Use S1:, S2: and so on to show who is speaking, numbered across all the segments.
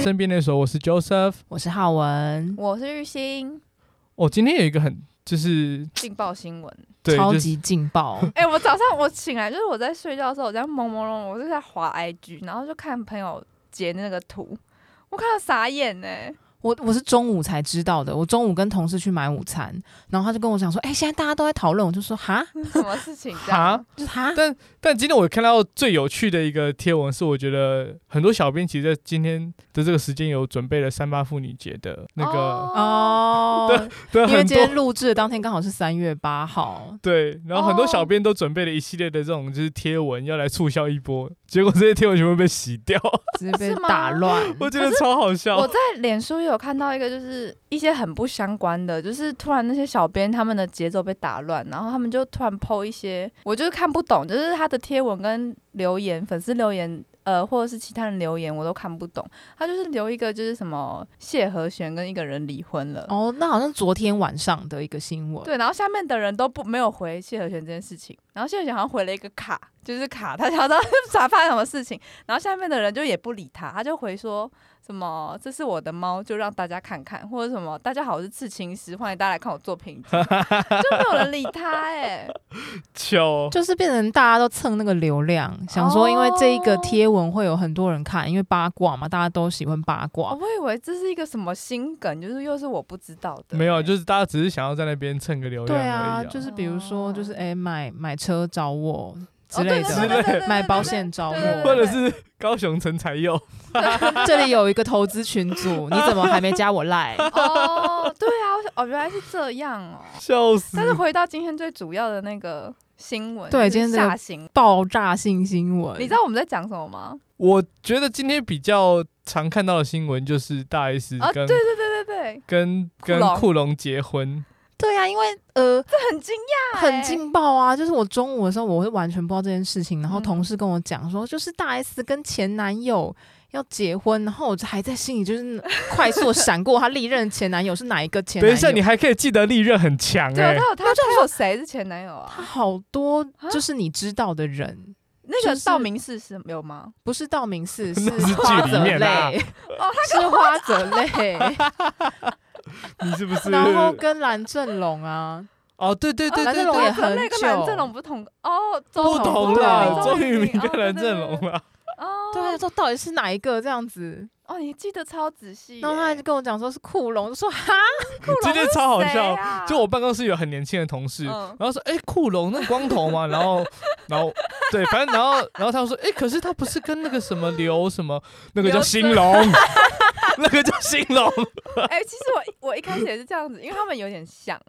S1: 身边的时候，我是 Joseph。
S2: 我是浩文，
S3: 我是玉兴，
S1: 哦，今天有一个很就是
S3: 劲爆新闻。
S1: 对，
S2: 超
S1: 就是
S2: 级劲 爆，
S3: 哎、我早上我醒来，就是我在睡觉的时候，我在朦朦胧胧，我就在滑 IG，然后就看朋友截那个图，我看到傻眼呢、
S2: 我我是中午才知道的，我中午跟同事去买午餐，然后他就跟我讲说，哎、现在大家都在讨论，我就说哈，
S3: 什么事情这
S1: 哈
S3: 样？，
S2: 就是哈，
S1: 但但今天我看到最有趣的一个贴文是，我觉得很多小编其实在今天的这个时间有准备了三八妇女节的那个，
S3: 哦，
S2: 哦，
S1: 对
S2: 因为
S1: 很
S2: 今天
S1: 多
S2: 录制的当天刚好是三月八号，
S1: 对，然后很多
S3: 哦
S1: 小编都准备了一系列的这种就是贴文要来促销一波，结果这些贴文全部被洗掉，
S2: 直接被
S3: 是吗
S2: 打乱，
S1: 我觉得超好
S3: 我
S1: 笑。
S3: 在脸书也有看到一个，就是一些很不相关的，就是突然那些小编他们的节奏被打乱，然后他们就突然 PO 一些，我就是看不懂，就是他的贴文跟留言、粉丝留言，呃，或者是其他人留言，我都看不懂。他就是留一个就是什么谢和弦跟一个人离婚了，
S2: 哦，那好像昨天晚上的一个新闻，
S3: 对，然后下面的人都不没有回谢和弦这件事情，然后谢和弦好像回了一个卡，就是卡，他想 知道啥发生什么事情，然后下面的人就也不理他，他就回说什么这是我的猫，就让大家看看，或者什么大家好，我是刺青师，欢迎大家来看我作品集，就没有人理他 哎、
S1: 糗，
S2: 就是变成大家都蹭那个流量，想说因为这一个贴文会有很多人看，因为八卦嘛，大家都喜欢八卦。
S3: 我以为这是一个什么新梗，就是又是我不知道的、
S1: 没有，
S3: 是
S1: 就是大家只是想要在那边蹭个流
S2: 对
S1: 量而已、
S2: 啊，就是比如说，就是哎、买买车找我之类的，
S1: 对对对对
S2: 买保险找
S3: 对对对
S2: 我，
S1: 或者是高雄陈才佑，
S2: 这里有一个投资群组，你怎么还没加我赖？
S3: 哦，对啊，我想哦原来是这样哦，
S1: 笑死
S3: 但！是回到今天最主要的那个新闻，
S2: 对今
S3: 就是
S2: 天这个
S3: 下行
S2: 爆炸性新闻，
S3: 你知道我们在讲什么吗？
S1: 我觉得今天比较常看到的新闻就是大 S
S3: 啊，
S1: 跟、
S3: 对对对对对，
S1: 跟跟
S3: 龙
S1: 库龙结婚，
S2: 对呀、因为呃
S3: 这很惊讶、欸
S2: 很，劲爆啊！就是我中午的时候，我会完全不知道这件事情，然后
S3: 嗯
S2: 同事跟我讲说，就是大 S 跟前男友要结婚，然后我就还在心里就是 快速地闪过她历任前男友是哪一个前男
S1: 等
S2: 友。
S1: 一下你还可以记得利刃很强
S3: 对
S1: 哎、
S3: 啊，他有他他有谁是前男友
S2: 他
S3: 啊？
S2: 好多就是你知道的人，
S3: 那
S2: 就
S3: 个
S2: 是
S3: 道明寺是有吗？
S2: 不是道 明寺，
S1: 那
S2: 是
S1: 是
S2: 花
S1: 剧里
S2: 泽
S1: 面啊
S2: 类，
S3: 哦，他
S2: 是
S3: 跟
S2: 花泽类，
S1: 你是不 是？
S2: 然后跟蓝正龙啊，
S1: 哦，对对对
S3: 啊
S2: 蓝
S1: 对
S2: 正龙
S1: 对
S2: 也，
S3: 跟
S2: 很
S3: 那个蓝正龙
S2: 久。
S3: 不同哦，周
S1: 不
S2: 不
S1: 同
S2: 同
S1: 啦，
S3: 欸
S2: 了
S1: 周
S2: 周
S1: 渝民跟蓝
S3: 蓝
S1: 正龙啦，
S3: 哦，
S2: 对啊，说到底是哪一个这样子？
S3: 哦，你记得超仔细耶，
S2: 然后他就跟我讲说是库龙，我就说哈，
S1: 今天超好
S3: 谁
S1: 笑。
S3: 啊
S1: 就我办公室有很年轻的同事，
S3: 嗯
S1: 然后说：“哎、库龙那光头嘛。”然后，然后，对，反正然后，然后他们说：“哎、可是他不是跟那个什么刘什么，那个叫
S3: 刘
S1: 兴 隆，那个叫兴隆，
S3: 哎，其实我我一 开始也是这样子，因为他们有点像，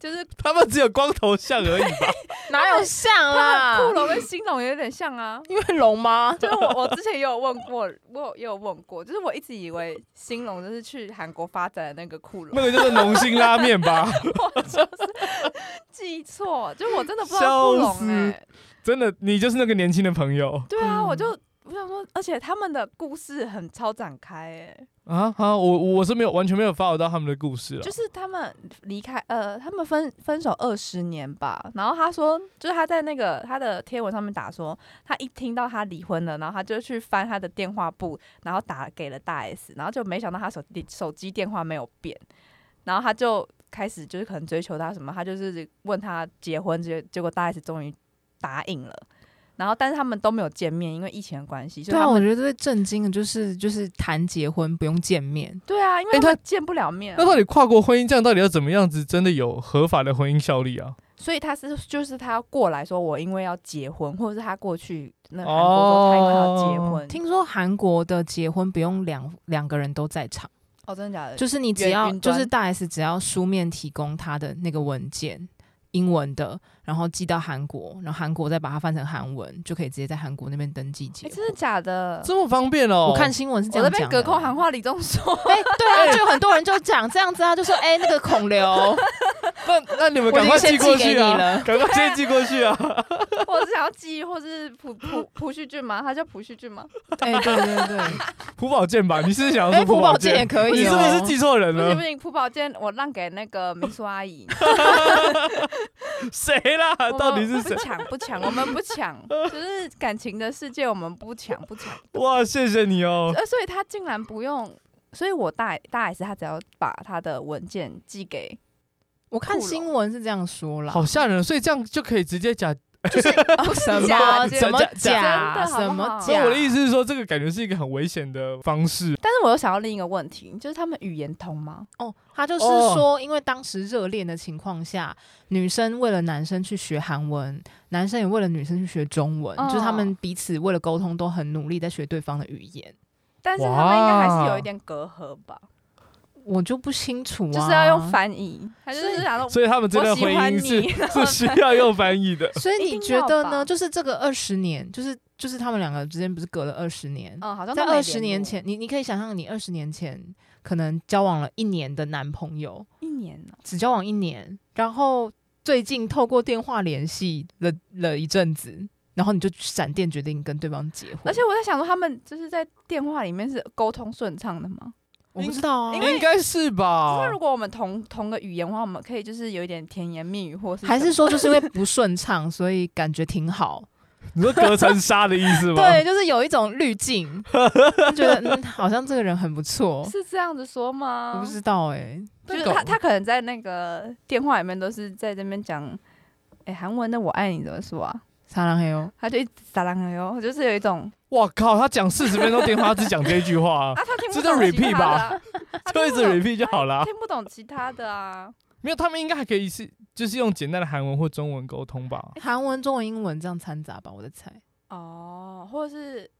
S3: 就是
S1: 他们只有光头像而已吧？
S2: 哪有像
S3: 他
S2: 啦？
S3: 们库龙跟兴隆有点像 啊。
S2: 因为龙吗？
S3: 就是我，我之前也有问过，我有也有问过，就是我一直以为兴隆就是去韩国发展的那个库龙
S1: 那，个就是农心拉面吧？
S3: 我就是记错，就我真的不知道库
S1: 笑死
S3: 龙哎，
S1: 真的，你就是那个年轻的朋友
S3: 对啊，
S2: 嗯
S3: 我就我想说，而且他们的故事很超展开哎，
S1: 啊啊！我我是没有完全没有 follow 到他们的故事了
S2: 啊
S3: 就。是他们离开呃，他们分分手二十年吧，然后他说，就是他在那个他的贴文上面打说，他一听到他离婚了，然后他就去翻他的电话簿，然后打给了大 S，然后就没想到他手机手机电话没有变，然后他就开始就是可能追求他什么，他就是问他结婚，结结果大 S 终于答应了，然后但是他们都没有见面，因为疫情的关系，所 以
S2: 对啊，
S3: 他
S2: 我
S3: 们
S2: 觉得最震惊的就是就是谈结婚不用见面，
S3: 对啊，因为
S1: 哎
S3: 他
S1: 他
S3: 们见不了面啊、
S1: 那到底跨国婚姻这样到底要怎么样子，真的有合法的婚姻效力啊？
S3: 所以他是就是他要过来说，我因为要结婚，或者是他过去那韩国说他因为要结婚，
S2: 哦听说韩国的结婚不用两两个人都在场，
S3: 哦，真的假的？
S2: 就是你只
S3: 原
S2: 要
S3: 云
S2: 就
S3: 端
S2: 是大 S 只要书面提供他的那个文件。英文的，然后寄到韩国，然后韩国再把它翻成韩文，就可以直接在韩国那边登记结
S3: 哎、
S2: 婚。
S3: 真的假的？
S1: 这么方便哦！
S2: 嗯我看新闻是这
S3: 我
S2: 样
S3: 这
S2: 讲的。啊
S3: 边隔空喊话李钟硕，
S2: 哎、对 啊，就有很多人就讲这样子啊，就说哎、那个孔刘，
S1: 那那你们赶快
S2: 我已经先
S1: 寄过
S2: 寄给
S1: 去
S2: 你
S1: 啊！
S2: 了
S1: 赶快 先寄过去啊！
S3: 我只想要记，或者是朴朴朴叙俊吗？他叫朴叙俊吗？
S2: 哎、对对对，
S1: 朴宝剑吧，你是想
S2: 哎、
S1: 要说
S2: 朴
S1: 宝
S2: 宝剑也可
S1: 你
S2: 以、
S1: 是
S2: 哦，
S1: 不是记错人
S3: 不行不
S1: 了？
S3: 行，朴宝剑我让给那个民宿 阿姨。
S1: 谁啦？
S3: 我们
S1: 到底是
S3: 不
S1: 谁？
S3: 抢不抢？我们不 抢，就是感情的世界我们不抢不抢。
S1: 哇，谢谢你哦！
S3: 呃，所以他竟然不用所以我大大 S 她只要把她的文件寄给，
S2: 我看新闻是这样说啦，
S1: 好吓人，所以这样就可以直接假。
S3: 就是不是
S2: 什
S3: 假
S2: 么
S3: 的
S2: 怎么
S3: 假
S2: 假，什么
S1: 所以
S2: 假？
S1: 我的意思是说，这个感觉是一个很危险的方式。
S3: 但是我又想到另一个问题，就是他们语言通吗？
S2: 哦，他就是说，因为当时热恋的情况下，女生为了男生去学韩文，男生也为了女生去学中文，
S3: 哦
S2: 就是他们彼此为了沟通都很努力在学对方的语言。
S3: 但是他们应该还是
S1: 哇
S3: 有一点隔阂吧，
S2: 我就不清楚、啊，
S3: 就是要用翻译，还是想说
S1: 所以他们这
S3: 我
S1: 段
S3: 喜
S1: 婚
S3: 欢
S1: 姻是
S3: 你，
S1: 是需要用翻译的。
S2: 所以
S3: 一
S2: 你
S3: 定
S2: 觉
S3: 要
S2: 得
S3: 吧
S2: 呢？就是这个二十年，就是就是他们两个之间不是隔了二十年？
S3: 嗯，好像
S2: 在
S3: 都没
S2: 二十
S3: 联
S2: 年
S3: 络
S2: 前，你你可以想象，你二十年前可能交往了一年的男朋友，
S3: 一年呢，
S2: 只交往一年，然后最近透过电话联系了了一阵子，然后你就闪电决定跟对方结婚，
S3: 而且我在想说，他们就是在电话里面是沟通顺畅的吗？
S2: 我不知道啊
S3: 因，
S1: 应该是
S3: 因为
S1: 吧
S3: 如？果我们同同个语言的话，我们可以就是有一点甜言蜜语，或是
S2: 还
S3: 什
S2: 是
S3: 么
S2: 说就是因为不顺畅，所以感觉挺好。
S1: 你说隔层纱的意思吗？
S2: 对，就是有一种滤镜，就觉得嗯，好像这个人很不错。
S3: 是这样子说吗？
S2: 我不知道哎、
S3: 就是
S2: 那个
S3: 他他可能在那个电话里面都是在这边讲，哎、韩文的我爱你怎么说啊？
S2: 撒浪嘿哦，
S3: 他就一直撒浪哎哟，就是有一种
S1: 哇靠！他讲四十分钟电话，他只讲这一句话
S3: 啊，，他听不
S1: 这叫
S3: 懂其
S1: repeat
S3: 他的、 啊，他
S1: 就一
S3: 听
S1: 直
S3: 不懂
S1: repeat 就好啦。
S3: 听不懂其他的啊。
S1: 没有，他们应该还可以是就是用简单的韩文或中文沟通 吧？
S2: 韩文、中文、英文这样掺杂吧，我在猜。
S3: 哦，或者是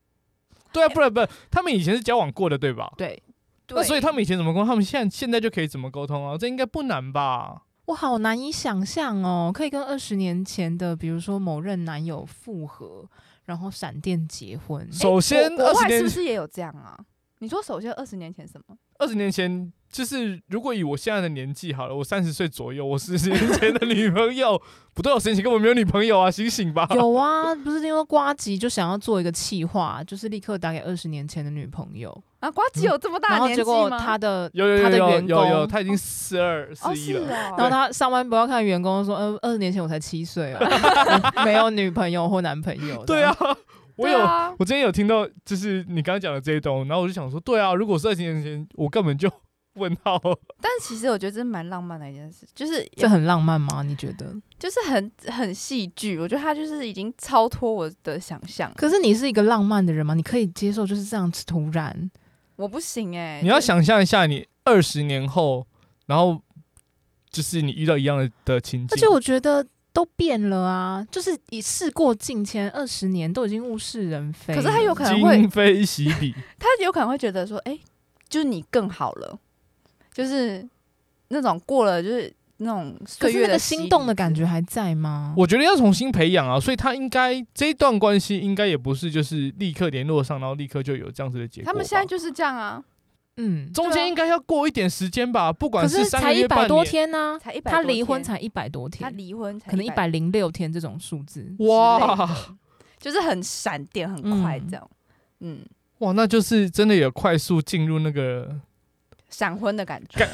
S1: 对啊，不然不然，他们以前是交往过的对吧？
S2: 对
S3: 对，
S1: 那所以他们以前怎么沟通？他们现在现在就可以怎么沟通啊？这应该不难吧？
S2: 我好难以想象哦，可以跟二十年前的，比如说某任男友复合，然后闪电结婚。
S1: 首
S3: 国
S1: 先
S3: 哎国
S1: 20
S3: 外
S1: 年
S3: 是不是也有这样啊？你说首先二十年前什么？
S1: 二十年前，就是如果以我现在的年纪好了，我三十岁左右，我四十年前的女朋友不对，我十年前根本没有女朋友啊，醒醒吧！
S2: 有啊，不是因为瓜吉就想要做一个企划，就是立刻打给二十年前的女朋友，
S3: 啊，瓜吉有这么大
S2: 然
S3: 的
S2: 后
S3: 年
S2: 结
S3: 纪
S2: 果
S3: 吗？
S2: 他的
S1: 有有
S2: 他的
S1: 有有
S2: 员
S1: 有有，
S2: 工
S1: 他已经四二
S3: 哦
S1: 四一
S3: 是
S1: 了。
S3: 哦，
S2: 然后他上班不要看员工说，呃，二十年前我才七岁哦， 我 没有女朋友或男朋友。
S1: 对啊，，我
S3: 对
S1: 有，
S3: 啊
S1: 我今天有听到，就是你刚刚讲的这一段，然后我就想说，对啊，如果是二十年前，我根本就问号。
S3: 但其实我觉得这是蛮浪漫的一件事，就是
S2: 这很浪漫吗？你觉得？
S3: 就是很很戏剧，我觉得他就是已经超脱我的想象，
S2: 可是你是一个浪漫的人吗？你可以接受就是这样突然？
S3: 我不行哎、
S1: 你要
S3: 就是
S1: 想象一下，你二十年后，然后就是你遇到一样的的情
S2: 而
S1: 景
S2: 且，我觉得都变了啊，就是已事过境迁，二十年都已经物是人非了。
S3: 可是他有可能会
S1: 今，非昔比。
S3: 他有可能会觉得说，哎、就是你更好了，就是那种过了，就是那种
S2: 可
S3: 岁
S2: 是
S3: 月
S2: 那个
S3: 的
S2: 心动的感
S3: 觉。
S2: 觉还在吗？
S1: 我觉得要重新培养啊，所以他应该这一段关系应该也不是就是立刻联络上，然后立刻就有这样子的结果吧。
S3: 他们现在就是这样啊，
S2: 嗯，
S1: 中间应该要过一点时间吧，不
S2: 可
S1: 管
S3: 啊
S2: 是
S1: 三
S2: 才
S1: 个
S2: 一
S1: 月半
S2: 百
S1: 年
S2: 多，天啊呢、
S3: 才一百，
S2: 他离婚，才一百多
S3: 他
S2: 天，
S3: 离婚才
S2: 可能一
S3: 100，
S2: 百零六天这种数字。
S3: 之
S1: 哇
S3: 就是很闪电，很快这样，嗯，
S1: 哇，那就是真的有快速进入那个
S3: 闪婚的感觉，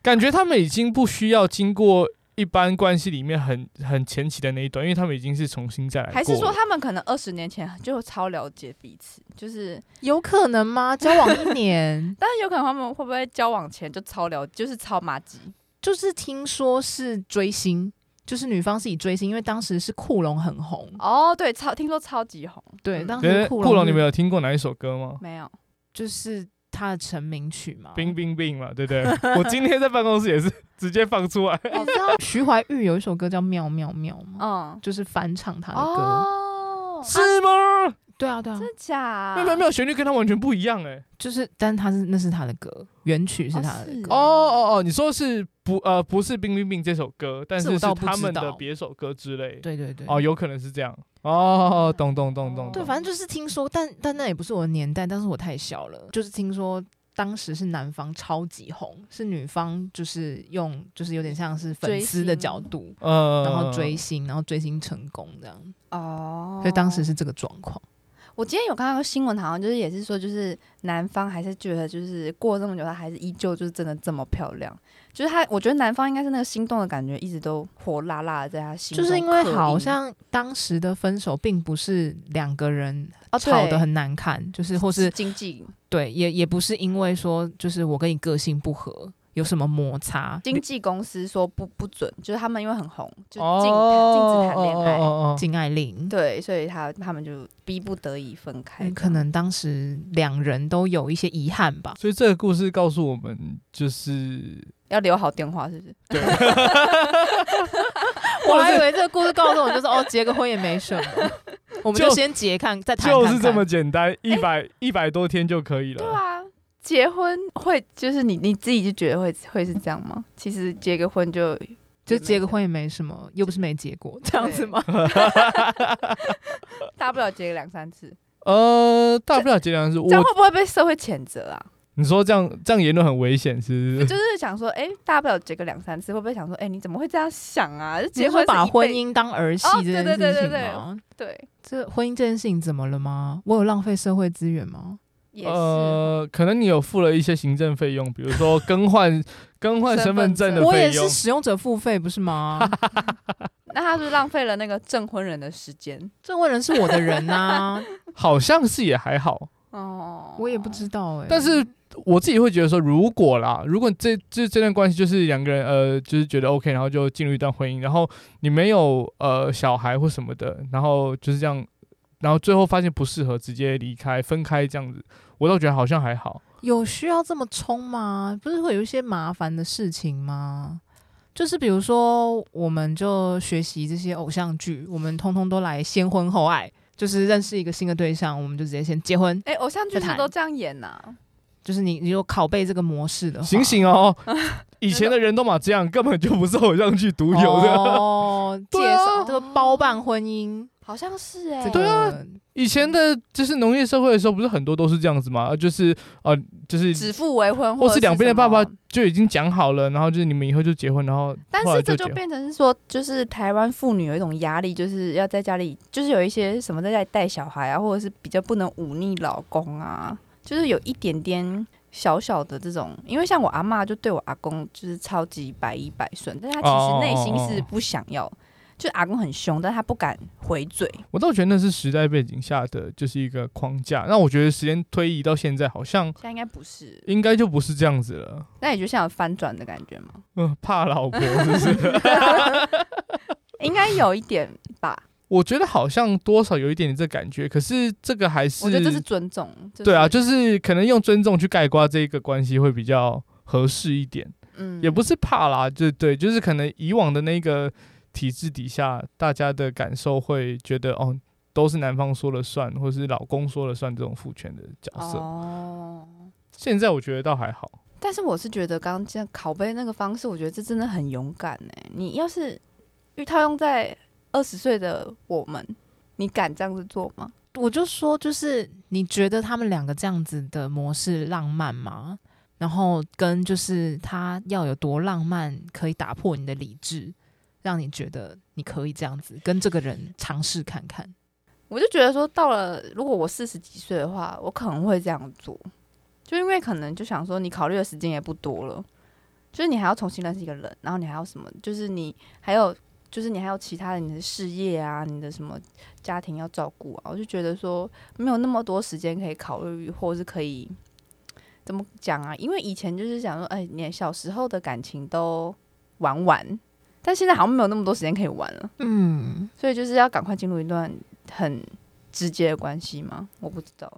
S1: 感觉，他们已经不需要经过一般关系里面很很前期的那一段，因为他们已经是重新再来过
S3: 还
S1: 了。
S3: 是说他们可能二十年前就超了解彼此，就是，
S2: 有可能吗？交往一年
S3: 但是有可能他们会不会交往前就超聊，就是超麻吉？
S2: 就是听说是追星，就是女方是以追星，因为当时是库龙很红，
S3: 哦，对，超听说超级红，
S2: 对，
S3: 嗯
S2: 当
S1: 等
S2: 时
S1: 等
S2: 库
S1: 库龙，你
S2: 是
S1: 们有听过哪一首歌吗？
S3: 没有，
S2: 就是他的成名曲嘛。
S1: 冰冰冰嘛，对不对？ 我今天在办公室也是直接放出
S3: 啊
S1: 来。
S2: 你知道徐怀钰有一首歌叫《妙妙妙》吗？
S3: 嗯，
S2: 就是翻唱他的歌。
S3: 哦，
S1: 是吗？
S2: 对啊，对啊
S3: 真，的假？
S1: 没有没有没有，旋律跟它完全不一样哎、
S2: 就是，但他是那是他的歌，原曲是他的
S3: 哦是
S2: 歌。
S1: 哦哦哦，你说是不呃不是《冰冰冰》这首歌，但
S2: 这
S1: 是
S2: 我
S1: 是
S2: 倒不
S1: 他
S2: 知
S1: 们
S2: 道
S1: 的别首歌之类。
S2: 对对对。
S1: 哦，有可能是这样。哦，懂懂懂懂。
S3: 哦
S2: 对，
S1: 懂
S2: 反正就是听说，但但那也不是我的年代，但是我太小了，就是听说。当时是男方超级红，是女方就是用就是有点像是粉丝的
S3: 追星
S2: 角度，
S1: 呃
S2: 然后追星，然后追星成功这样，
S3: 哦，
S2: 所以当时是这个状况。
S3: 我今天有看到个新闻，好像就是也是说，就是男方还是觉得，就是过了这么久，她还是依旧就是真的这么漂亮。就是她，我觉得男方应该是那个心动的感觉一直都火辣辣的在她心
S2: 就
S3: 中刻
S2: 是
S3: 印，
S2: 因为好像当时的分手并不是两个人
S3: 哦
S2: 吵
S3: 对
S2: 得很难看，就是或是
S3: 经济
S2: 对，也也不是因为说就是我跟你个性不合有什么摩擦，
S3: 经纪公司说不不准，就是他们因为很红，就禁
S1: 哦
S3: 谈、禁止谈恋爱。
S1: 哦哦哦
S2: 禁爱令。
S3: 对，所以他他们就逼不得已分开。
S2: 嗯可能当时两人都有一些遗憾吧。
S1: 所以这个故事告诉我们，就是
S3: 要留好电话，是不是？
S1: 对，
S2: 我还以为这个故事告诉我，就是哦， 结个婚也没什么，我们就
S1: 就
S2: 先结看，再谈看
S1: 就是
S2: 看。
S1: 这么简单，一百一百多天就可以了。
S3: 对啊，结婚会就是你你自己就觉得会会是这样吗？其实结个婚就
S2: 就结个婚也没什么，又不是没结果，这样子吗？
S3: 大不了结个两三次，
S1: 呃，大不了结两是我
S3: 这样会不会被社会谴责啊？
S1: 你说这样这样言论很危险，是不是？
S3: 就是想说，哎、大不了结个两三次，会不会想说，哎、你怎么会这样想啊？就
S2: 结
S3: 结
S2: 婚
S3: 婚
S2: 把
S3: 是一辈
S2: 婚姻当儿戏
S3: 哦
S2: 这
S3: 对
S2: 件
S3: 对对
S2: 事情
S3: 对对
S2: 吗？
S3: 对，
S2: 这婚姻这件事情怎么了吗？我有浪费社会资源吗？
S3: 也是、
S1: 呃，可能你有付了一些行政费用，比如说更换更换身份证的
S2: 我也
S1: 费用
S2: 是。使用者付费，不是吗？
S3: 那他是浪费了那个证婚人的时间
S2: 这问人是我的人呐、
S1: 好像是也还好，
S3: 哦
S2: 我也不知道哎、
S1: 但是我自己会觉得说，如果啦，如果这这这段关系就是两个人呃，就是觉得 OK，然后就进入一段婚姻，然后你没有呃小孩或什么的，然后就是这样，然后最后发现不适合，直接离开分开这样子，我倒觉得好像还好。
S2: 有需要这么冲吗？不是会有一些麻烦的事情吗？就是比如说，我们就学习这些偶像剧，我们通通都来先婚后爱，就是认识一个新的对象，我们就直接先结婚。
S3: 哎、偶像
S2: 再
S3: 剧是不
S2: 谈
S3: 是都这样演啊呐、
S2: 就是你，你有拷贝这个模式的话，
S1: 醒醒哦，以前的人都嘛这样，根本就不是偶像剧独有的。
S2: 哦，介
S1: 对啊
S2: 绍这个包办婚姻，
S3: 好像是哎、
S2: 这个
S1: 对啊以前的就是农业社会的时候，不是很多都是这样子吗？呃就是呃，就是
S3: 指腹为婚，
S1: 或
S3: 是
S1: 是两边的
S3: 什么啊
S1: 爸爸就已经讲好了，然后就是你们以后就结婚，然后
S3: 但
S1: 后来
S3: 是这
S1: 结
S3: 就
S1: 婚。
S3: 变成是说，就是台湾妇女有一种压力，就是要在家里，就是有一些什么在家里带小孩啊，或者是比较不能忤逆老公啊，就是有一点点小小的这种。因为像我阿妈就对我阿公就是超级百依百顺，但她其实内
S1: 哦
S3: 心是不想要。就阿公很凶，但他不敢回嘴。
S1: 我倒觉得那是时代背景下的就是一个框架。那我觉得时间推移到现在，好像
S3: 现在应该不是，
S1: 应该就不是这样子了。
S3: 那你就像有翻转的感觉吗？
S1: 嗯，怕老婆是不 是？
S3: 应该有一点吧。
S1: 我觉得好像多少有一点点这感觉，可是这个还是
S3: 我觉得这是尊重。就是、
S1: 对啊，就是可能用尊重去概括这一个关系会比较合适一点。
S3: 嗯
S1: 也不是怕啦，就对，就是可能以往的那个体制底下，大家的感受会觉得哦，都是男方说了算，或是老公说了算这种父权的角色。
S3: 哦。
S1: 现在我觉得倒还好，
S3: 但是我是觉得刚刚这样拷贝那个方式，我觉得这真的很勇敢哎、你要是遇套用在二十岁的我们，你敢这样子做吗？
S2: 我就说，就是你觉得他们两个这样子的模式浪漫吗？然后跟就是他要有多浪漫，可以打破你的理智，让你觉得你可以这样子跟这个人尝试看看。
S3: 我就觉得说，到了如果我四十几岁的话，我可能会这样做，就因为可能就想说，你考虑的时间也不多了，就是你还要重新认识一个人，然后你还要什么，就是你还有就是你还有其他的你的事业啊，你的什么家庭要照顾啊，我就觉得说没有那么多时间可以考虑，或是可以怎么讲啊？因为以前就是想说，哎，你小时候的感情都玩玩，但现在好像没有那么多时间可以玩了。
S2: 嗯，
S3: 所以就是要赶快进入一段很直接的关系吗？我不知道。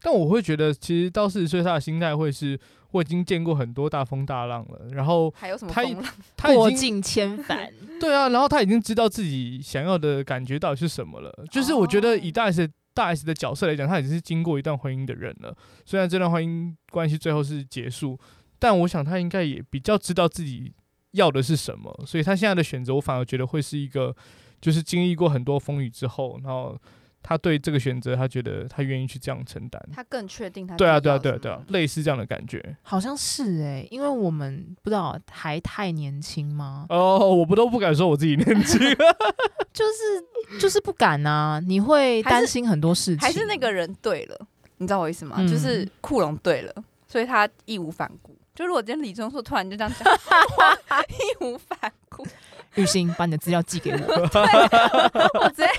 S1: 但我会觉得其实到四十岁，他的心态会是我已经见过很多大风大浪了，然后
S3: 还有什么
S1: 他
S3: 风浪？
S1: 他
S2: 过
S1: 已经
S2: 尽千帆，
S1: 对啊，然后他已经知道自己想要的感觉到底是什么了。就是我觉得以大 S 大 S 的角色来讲，他已经是经过一段婚姻的人了。虽然这段婚姻关系最后是结束，但我想他应该也比较知道自己要的是什么，所以他现在的选择，我反而觉得会是一个，就是经历过很多风雨之后，然后他对这个选择，他觉得他愿意去这样承担。
S3: 他更确定他
S1: 对啊，
S3: 自己
S1: 对
S3: 要
S1: 啊，对啊，
S3: 什
S1: 对啊
S3: 么，
S1: 类似这样的感觉。
S2: 好像是诶、因为我们不知道还太年轻吗？
S1: 哦，我不都不敢说我自己年轻，
S2: 就是就是不敢呐、你会
S3: 还是
S2: 担心很多事情，
S3: 还是那个人对了，你知道我意思吗？
S2: 啊嗯
S3: 就是库龙对了，所以他义无反顾。就如果今天李钟硕突然就这样讲，我义无反顾。
S2: 玉兴把你的资料寄给 我，
S3: 我直接，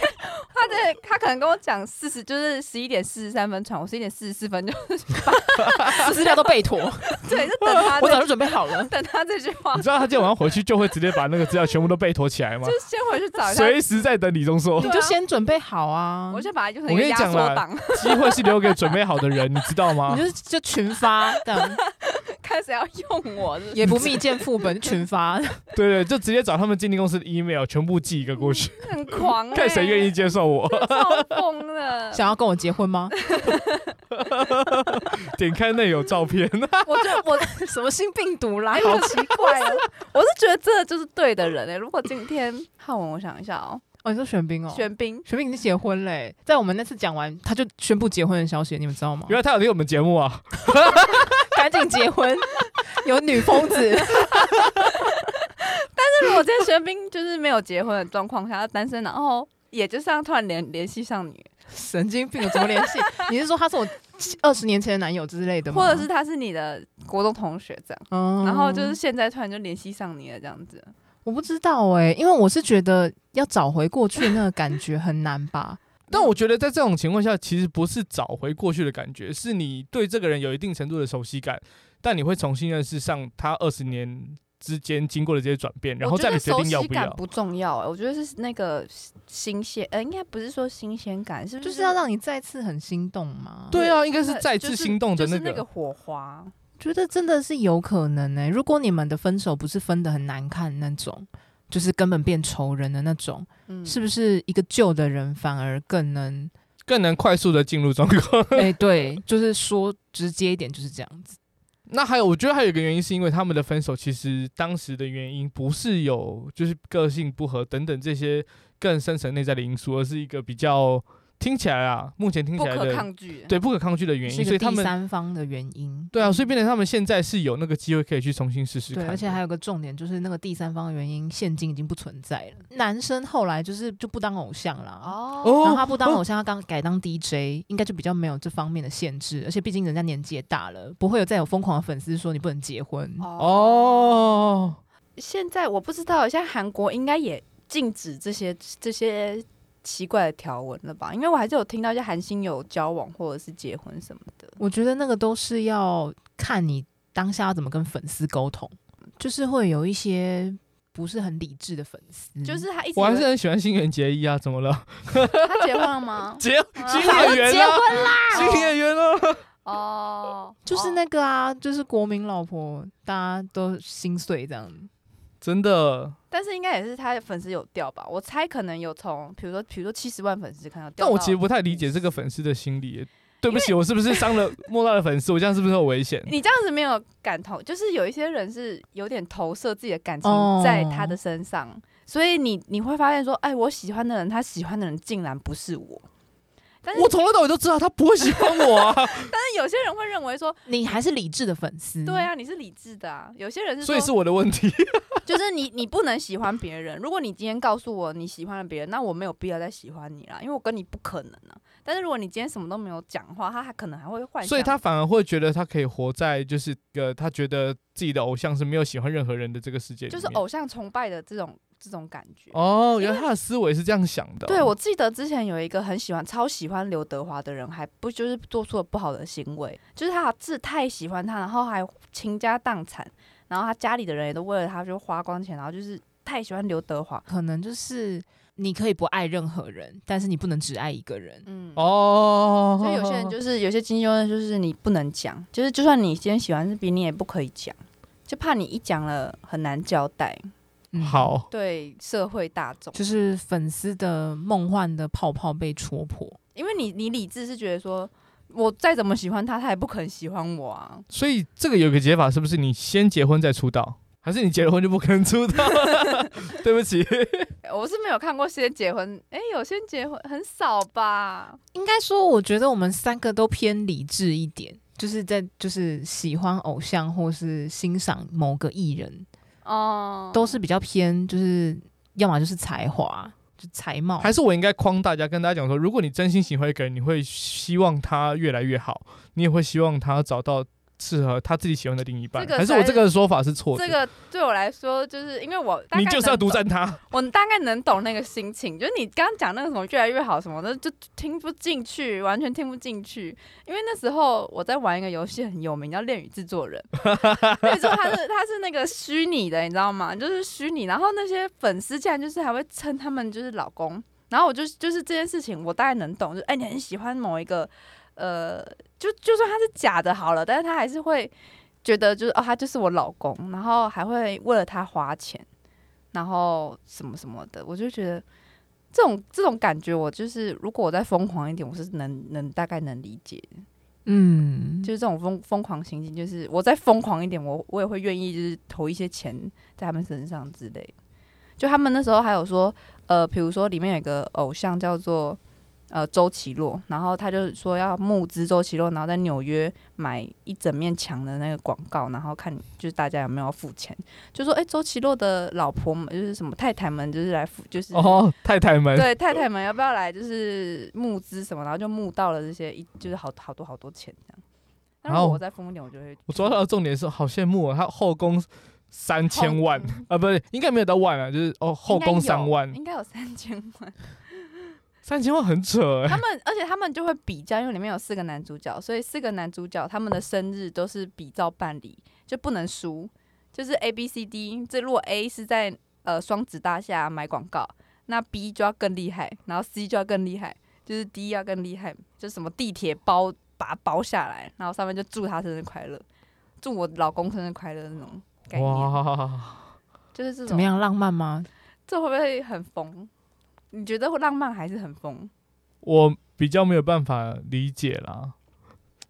S3: 他的他可能跟我讲四十，就是十一点四十三分传，我十一点四十四分就
S2: 资料都备妥，
S3: 啊对，就等他
S2: 我早
S3: 这
S2: 就准备好了。
S3: 等他这句 话
S1: 你，知道他今天晚上回去就会直接把那个资料全部都背妥起来吗
S3: 就？先回去找一下。
S1: 随时在等李钟硕
S2: 你
S3: 对，啊
S2: 就先准备好啊！
S3: 我就把它就是
S1: 哦我跟你
S3: 一个压
S1: 讲
S3: 缩
S1: 啦
S3: 档，
S1: 机会是留给准备好的人，你知道吗
S2: 你？就是就群发，这样
S3: 开始要用我是不是
S2: 也不密件副本，就群发。
S1: 对对，就直接找他们经纪公司的 email 全部寄一个过去，
S3: 很狂、欸，
S1: 看谁愿意接受我。
S3: 超疯了。
S2: 想要跟我结婚吗？
S1: 点开内有照片，
S3: 我就 我
S2: 什么新病毒啦？
S3: 好奇怪哦！我是觉得这就是对的人哎、如果今天 浩文，我想一下哦，
S2: 哦，你说玄彬哦，
S3: 玄彬
S2: 玄彬已经结婚嘞、在我们那次讲完，他就宣布结婚的消息，你们知 道吗
S1: 原？来他有听我们节目啊。
S2: 赶紧结婚， 有女疯子，
S3: 那如果今天玄彬就是没有结婚的状况下，他单身，然后也就这样突然联联系上你，
S2: 神经病，怎么联系？你是说他是我二十年前的男友之类的吗？
S3: 或者是他是你的国中同学这样，
S2: 嗯
S3: 然后就是现在突然就联系上你了这样子，
S2: 我不知道哎、因为我是觉得要找回过去那个感觉很难吧。
S1: 但我觉得在这种情况下，其实不是找回过去的感觉，是你对这个人有一定程度的熟悉感，但你会重新认识上他二十年之间经过的这些转变，然后
S3: 我觉
S1: 再
S3: 得
S1: 你决
S3: 熟
S1: 定要
S3: 悉
S1: 不
S3: 感
S1: 要。
S3: 不重要哎、我觉得是那个新鲜，呃，应该不是说新鲜感，是不
S2: 就是要让你再次很心动嘛。
S1: 对啊，应该
S3: 就是
S1: 再次心动的
S3: 那
S1: 那
S3: 就是就是那个
S1: 个。
S3: 火花。
S2: 觉得真的是有可能呢、如果你们的分手不是分的很难看那种，就是根本变仇人的那种，
S3: 嗯
S2: 是不是一个旧的人反而 更能？
S1: 更能快速的进入状况。
S2: 哎、对，就是说直接一点就是这样子。
S1: 那还有，我觉得还有一个原因是因为他们的分手，其实当时的原因不是有就是个性不合等等这些更深层内在的因素，而是一个比较听起来啊，目前听
S3: 嗯不
S1: 起来
S3: 可
S1: 的
S3: 抗拒，
S1: 对不可抗拒的原
S2: 是
S1: 因，
S2: 一
S1: 所
S2: 个
S1: 以他
S2: 第
S1: 们
S2: 三方的原因。嗯
S1: 对啊，所以变成他们现在是有那个机会可以去重新试试看
S2: 对，
S1: 的，
S2: 而且还有个重点，就是那个第三方的原因，现今已经不存在了。男生后来就是就不当偶像了哦
S3: 哦，
S1: 哦
S2: 然后，他不当偶像，他刚改当 DJ，应该就比较没有这方面的限制，而且毕竟人家年纪也大了，不会有再有疯狂的粉丝说你不能结婚。
S1: 哦，
S3: 现在我不知道，现在韩国应该也禁止这些这些奇怪的条文了吧？因为我还是有听到一些韩星有交往或者是结婚什么的。
S2: 我觉得那个都是要看你当下要怎么跟粉丝沟通，就是会有一些不是很理智的粉丝，
S3: 就是他一
S1: 嗯
S3: 直
S1: 我还
S3: 以
S1: 是
S3: 为
S1: 很喜欢新垣结衣啊，怎么了？？
S3: 他结婚了 吗
S1: 结新演员
S3: 结
S1: 啦，
S3: 婚啦！
S1: 新演员啦，
S3: 哦，
S2: 就是那个啊，就是国民老婆，大家都心碎这样。
S1: 真的。
S3: 但是应该也是他的粉丝有掉吧？我猜可能有从，比如说，比如说七十万粉丝看到掉
S1: 但
S3: 到。
S1: 我其实不太理解这个粉丝的心理，对不起，我是不是伤了莫大的粉丝？我这样是不是很危险？
S3: 你这样子没有感同，就是有一些人是有点投射自己的感情
S2: 哦
S3: 在他的身上，所以你你会发现说，哎，我喜欢的人，他喜欢的人竟然不是我。但是
S1: 我从头到尾都知道他不会喜欢我 啊，
S3: 但是有些人会认为说，
S2: 你还是理智的粉丝，
S3: 对，啊，你是理智的啊。有些人是
S1: 所
S3: 说，
S1: 以是我的问题。
S3: 就是你你不能喜欢别人。如果你今天告诉我你喜欢了别人，那我没有必要再喜欢你啦，因为我跟你不可能啊。但是如果你今天什么都没有讲话，他还可能还会幻 想。
S1: 所以他反而会觉得他可以活在就是一个他觉得自己的偶像是没有喜欢任何人的这个世界里
S3: 就
S1: 面，
S3: 是偶像崇拜的这种这种感觉。
S1: 哦，原来他的思维是这样想的哦、
S3: 对，我记得之前有一个很喜欢、超喜欢刘德华的人，还不就是做出了不好的行为，就是他自太喜欢他，然后还倾家荡产，然后他家里的人也都为了他就花光钱，然后就是太喜欢刘德华，
S2: 可能就是你可以不爱任何人，但是你不能只爱一个人。
S3: 嗯，
S1: 哦，
S3: 所以有些 人就是有些经纪人就是你不能讲，就是就算你今天喜欢是比你也不可以讲，就怕你一讲了很难交代
S2: 嗯，
S1: 好，
S3: 对社会大众，
S2: 就是粉丝的梦幻的泡泡被戳破。
S3: 因为你你理智是觉得说。我再怎么喜欢他，他也不肯喜欢我啊！
S1: 所以这个有个解法，是不是你先结婚再出道，还是你结了婚就不可能出 道？ 对不起，
S3: 我是没有看过先结婚，哎、有先结婚很少吧？
S2: 应该说，我觉得我们三个都偏理智一点，就是在就是喜欢偶像或是欣赏某个艺人，
S3: 哦、
S2: 都是比较偏就是要么就是才华，就才貌，
S1: 还是我应该框大家，跟大家讲说，如果你真心喜欢一个人，你会希望他越来越好，你也会希望他找到适合他自己喜欢的另一半。
S3: 这个
S1: 还是
S3: 才
S1: 我这个说法是错的？
S3: 这个对我来说，就是因为我大概
S1: 你就是要
S3: 能懂
S1: 独占他，
S3: 我大概能懂那个心情，就是你刚刚讲那个什么越来越好什么的，就听不进去，完全听不进去。因为那时候我在玩一个游戏很有名，叫《恋与制作人》，那时候它是它是那个虚拟的，你知道吗？就是虚拟，然后那些粉丝竟然就是还会称他们就是老公，然后我就就是这件事情我大概能懂，就是哎、你很喜欢某一个，呃，就就算他是假的好了，但是他还是会觉得就是哦，他就是我老公，然后还会为了他花钱。然后什么什么的，我就觉得这种这种感觉，我就是如果我再疯狂一点，我是能能大概能理解，
S2: 嗯，
S3: 就是这种疯疯狂行径，就是我再疯狂一点，我我也会愿意就是投一些钱在他们身上之类的。就他们那时候还有说，呃，比如说里面有一个偶像叫做呃周奇洛，然后他就说要募资周奇洛，然后在纽约买一整面墙的那个广告，然后看就是大家有没有付钱，就说哎、周奇洛的老婆们就是什么太太们就是来付，就是、
S1: 哦，太太们，
S3: 对太太们要不要来就是募资什么，然后就募到了这些一就是好好多好多钱这样。但
S1: 然
S3: 是
S1: 后
S3: 我再疯一点，我就会
S1: 我抓到的重点是，好羡慕啊！他后宫三千万
S3: 后
S1: 啊，不是，应该没有到万啊，就是哦，后宫三万，
S3: 应该有三千万。
S1: 三千万很扯哎、
S3: 他们而且他们就会比较，因为里面有四个男主角，所以四个男主角他们的生日都是比照办理，就不能输。就是 A B C D，这如果 A 是在呃双子大厦买广告，那 B 就要更厉害，然后 C 就要更厉害，就是 D 要更厉害，就什么地铁包把它包下来，然后上面就祝他生日快乐，祝我老公生日快乐那种概念，
S1: 哇，
S3: 就是这
S2: 怎么
S3: 种。
S2: 样浪漫吗？
S3: 这会不会很疯？你觉得浪漫还是很疯？
S1: 我比较没有办法理解啦，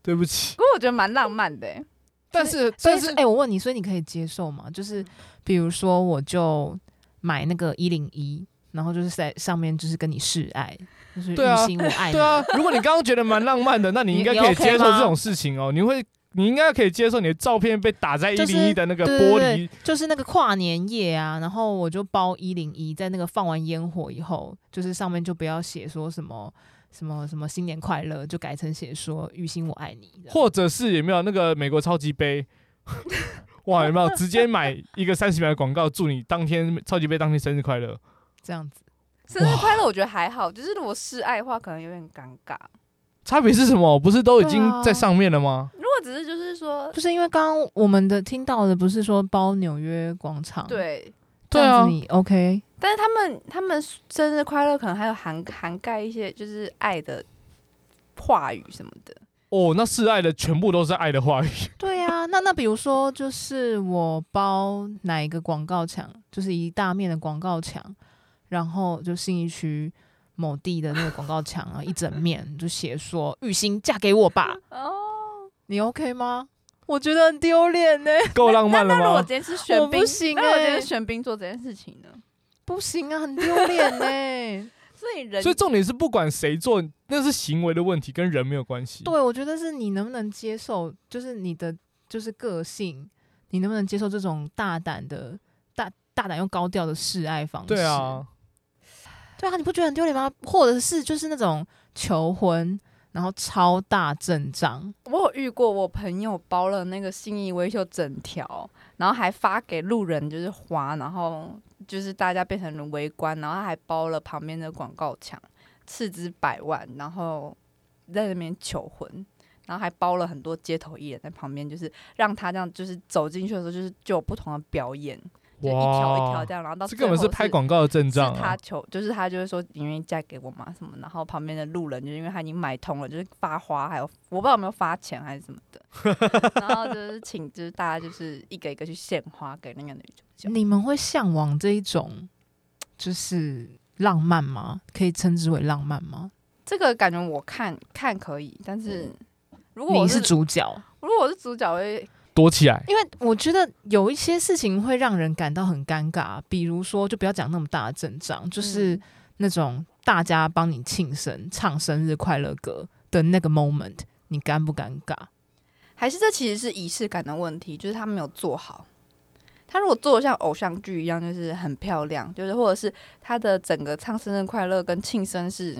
S1: 对不起
S3: 不。过我觉得蛮浪漫的、欸。
S1: 但是，
S2: 所
S1: 但
S2: 以
S1: 是嗯
S2: 哎、，我问你，所以你可以接受吗？就是比如说，我就买那个一零一，然后就是在上面就是跟你示爱，就是
S1: 对啊
S2: 一心我爱你。
S1: 对啊，如果你刚刚觉得蛮浪漫的，那你应该
S2: 你
S1: 可以
S2: 你 OK
S1: 接受
S2: 吗
S1: 这种事情哦、你会，你应该可以接受你的照片被打在一
S2: 就是
S1: 零一的那个
S2: 对
S1: 玻璃。
S2: 对对，就是那个跨年夜啊，然后我就包一零一，在那个放完烟火以后，就是上面就不要写说什么什么什么新年快乐，就改成写说于心我爱你。这样
S1: 或者是有没有那个美国超级杯？ 哇，有没有直接买一个三十秒的广告，祝你当天超级杯当天生日快乐？
S2: 这样子，
S3: 生日快乐，我觉得还好，就是如果示爱的话，可能有点尴尬。
S1: 差别是什么？不是都已
S2: 对
S1: 经
S2: 啊
S1: 在上面了吗？
S3: 如果只是就是说，
S2: 就是因为刚刚我们的听到的不是说包纽约广场，，
S3: 对，
S2: 这
S1: 对
S2: 样
S1: 啊
S2: 子，你 OK？
S3: 但是他们他们生日快乐可能还有涵涵盖一些就是爱的话语什么的。
S1: 哦，那示爱的全部都是爱的话语，
S2: 对呀、那那比如说，就是我包哪一个广告墙，就是一大面的广告墙，然后就信义区某地的那个广告墙啊，一整面就写说“玉兴嫁给 我吧
S3: 哦，”，
S2: 你 OK 吗？我觉得很丢脸呢，
S1: 够浪漫了
S3: 那如果
S1: 吗
S3: 今？天是选
S2: 我
S3: 兵，
S2: 不行
S3: 那我今
S2: 欸
S3: 天选兵做这件事情呢？
S2: 不行啊，很丢脸 呢。
S3: 所以人
S1: 所以重点是，不管谁做，那是行为的问题，跟人没有关系。
S2: 对，啊我觉得是你能不能接受，就是你的就是个性，你能不能接受这种大胆的大大胆又高调的示爱方式？
S1: 对啊，
S2: 对啊，你不觉得很丢脸吗？或者是就是那种求婚，然后超大阵仗，
S3: 我有遇过，我朋友包了那个信义威秀整条，然后还发给路人就是花，然后就是大家变成围观，然后他还包了旁边的广告墙，斥资百万，然后在那边求婚，然后还包了很多街头艺人在旁边，就是让他这样就是走进去的时候，就是就有不同的表演，就一条一条这样，然后到
S1: 这
S3: 最
S1: 根本
S3: 后
S1: 是拍广告的阵仗
S3: 是
S1: 啊
S3: 他！求，就是他就会说你愿意嫁给我吗？什么？然后旁边的路人就是因为他已经买通了，就是发花，还有我不知道有没有发钱还是什么的， 然后就是请就是大家就是一个一个去献花给那个女主角。
S2: 你们会向往这一种就是浪漫吗？可以称之为浪漫吗？
S3: 这个感觉我看看可以，但是如果
S2: 嗯你
S3: 我
S2: 是主角，
S3: 如果我是主角，我会
S1: 躲起来，
S2: 因为我觉得有一些事情会让人感到很尴尬，比如说就不要讲那么大的阵仗，就是
S3: 嗯
S2: 那种大家帮你庆生、唱生日快乐歌的那个 moment，你尴不尴尬？
S3: 还是这其实是仪式感的问题，就是他没有做好。她如果做的像偶像剧一样，就是很漂亮，就是或者是她的整个唱生日快乐跟庆生是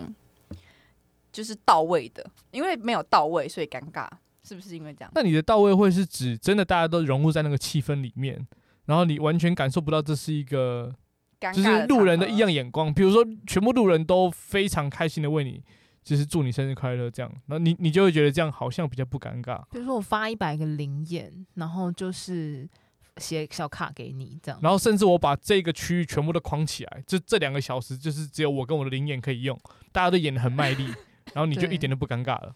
S3: 就是到位的，因为没有到位，所以尴尬，是不是因为这样？
S1: 那你的到位会是指真的大家都融入在那个气氛里面，然后你完全感受不到这是一个
S3: 尴尬
S1: 就是路人的
S3: 场
S1: 异
S3: 合
S1: 样眼光，比如说全部路人都非常开心的为你，就是祝你生日快乐这样，然后你你就会觉得这样好像比较不尴尬，
S3: 嗯
S2: 比如说我发一百个零眼，然后就是写小卡给你这样。
S1: 然后甚至我把这个区域全部都框起来，这这两个小时就是只有我跟我的灵眼可以用，大家都演的很卖 力，然后你就
S2: 对
S1: 一点都不尴尬了。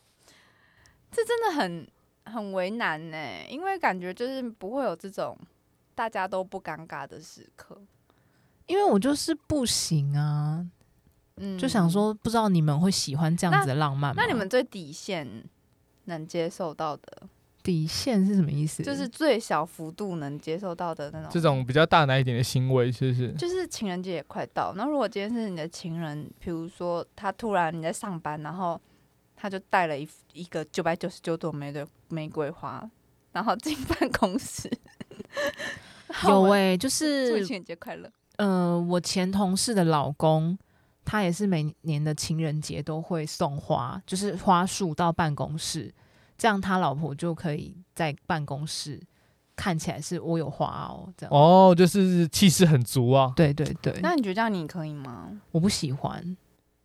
S3: 这真的很很为难呢、因为感觉就是不会有这种大家都不尴尬的时刻。
S2: 因为我就是不行啊，
S3: 嗯
S2: 就想，说不知道你们会喜欢这样子的浪漫吗
S3: 那你们最底线能接受到的，
S2: 底线是什么意
S1: 嗯
S2: 思？
S3: 就是最小幅度能接受到的那
S1: 这
S3: 种。
S1: 种比较大胆一点的行为，是不是？
S3: 就是情人节也快到，那如果今天是你的情人，比如说他突然你在上班，然后他就带了一一个九百九十九朵玫瑰玫瑰花，然后进办公室，
S2: 有
S3: 哎、
S2: 诶、欸就
S3: 祝你
S2: 是
S3: 情人节快乐。
S2: 呃，我前同事的老公，他也是每年的情人节都会送花，就是花束到办公室，这样他老婆就可以在办公室看起来是我有花哦，这样。
S1: 哦，就是气势很足啊。
S2: 对对对，
S3: 那你觉得这样你可以吗？
S2: 我不喜欢，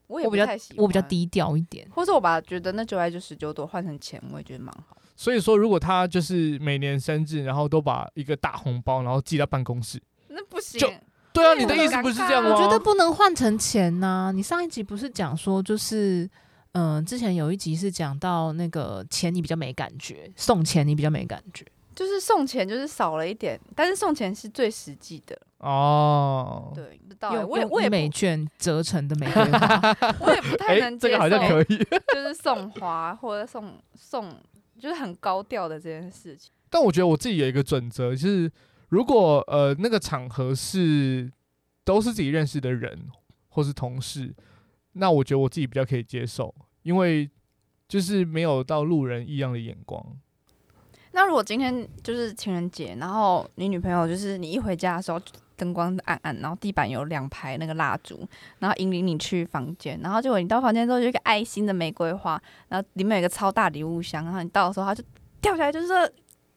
S3: 我也
S2: 我
S3: 不
S2: 比较
S3: 太喜欢
S2: 我比较低调一点。
S3: 或者我把觉得那九百九十九朵换成钱，我也觉得蛮好。
S1: 所以说，如果他就是每年生日，然后都把一个大红包，然后寄到办公室，
S3: 那不行
S1: 就对啊，
S3: 对
S1: 你的
S3: 很
S1: 意思
S3: 尴
S1: 不是
S3: 尬
S1: 这样
S2: 我
S1: 吗？
S2: 觉得不能换成钱呐、你上一集不是讲说，就是嗯、呃之前有一集是讲到那个钱你比较没感觉，送钱你比较没感觉。
S3: 就是送钱就是少了一点，但是送钱是最实际的。
S1: 哦，
S3: 对，不知道欸、
S2: 用
S3: 我也
S2: 用
S3: 我也
S2: 医美
S3: 不
S2: 券折成 的玫瑰花，
S3: 我也不太
S1: 诶
S3: 能
S1: 哎这个
S3: 接受，
S1: 好像可以。
S3: 就是送花或者送送，就是很高调的这件事情。
S1: 但我觉得我自己有一个准则，就是如果呃那个场合是都是自己认识的人或是同事，那我觉得我自己比较可以接受，因为就是没有到路人异样的眼光。
S3: 那如果今天就是情人节，然后你女朋友就是你一回家的时候，灯光暗暗，然后地板有两排那个蜡烛，然后引领你去房间，然后结果你到房间之后有一个爱心的玫瑰花，然后里面有一个超大礼物箱，然后你到的时候它就掉下来，就是说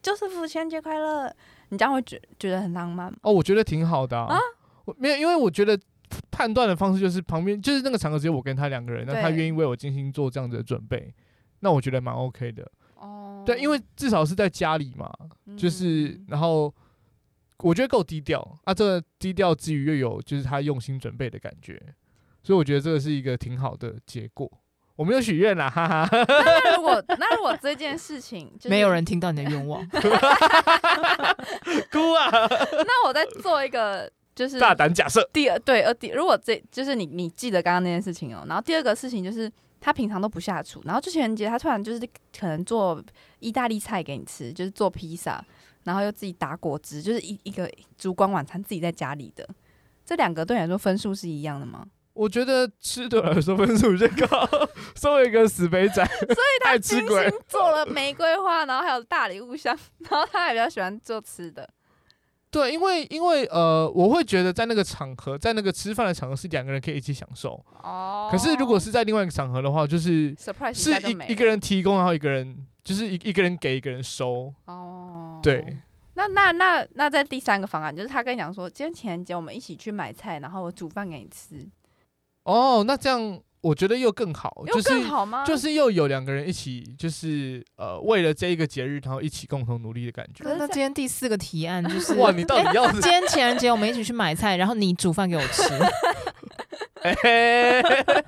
S3: 就是父亲节快乐，你这样会觉觉得很浪漫吗？
S1: 哦，我觉得挺好的啊。
S3: 啊
S1: 我没有，因为我觉得判断的方式就是旁边就是那个场合只有我跟他两个人，那他
S3: 对
S1: 愿意为我精心做这样子的准备，那我觉得蛮 OK 的。
S3: 哦
S1: 对，因为至少是在家里嘛，
S2: 嗯
S1: 就是然后我觉得够低调啊，这个低调之余又有就是他用心准备的感觉，所以我觉得这个是一个挺好的结果。我没有许愿啦，哈 哈。
S3: 那如果那如果这件事情、就是、
S2: 没有人听到你的愿望。
S1: 哭啊！
S3: 那我再做一个就是
S1: 大胆假设，
S3: 第二对呃第，如果这就是你你记得刚刚那件事情哦，然后第二个事情就是他平常都不下厨，然后就情人节他突然就是可能做意大利菜给你吃，就是做披萨，然后又自己打果汁，就是一一个烛光晚餐自己在家里的，这两个对你来说分数是一样的吗？
S1: 我觉得吃对我来说分数最高， 身为一个死肥仔，所以爱吃
S3: 精
S1: 鬼
S3: 心。做了玫瑰花，然后还有大礼物箱，然后他还比较喜欢做吃的，
S1: 对，因为因为呃，我会觉得在那个场合，在那个吃饭的场合是两个人可以一起享受。
S3: 哦
S1: 可是如果是在另外一个场合的话，就是
S3: surprise
S1: 是
S3: 下就没
S1: 一一个
S3: 了
S1: 人提供，然后一个人就是一一个人给，一个人收。
S3: 哦，
S1: 对，
S3: 那那那那在第三个方案，就是他跟你讲说，今天情人节我们一起去买菜，然后我煮饭给你吃，
S1: 哦，那这样我觉得又更好，
S3: 有
S1: 就是
S3: 更好吗？
S1: 就是又有两个人一起，就是呃，为了这一个节日，然后一起共同努力的 感觉。
S3: 可是
S2: 那今天第四个提案就是，哎
S1: 哇，你到底 要是
S2: 今天情人节我们一起去买菜，然后你煮饭给我吃，
S1: 哎哎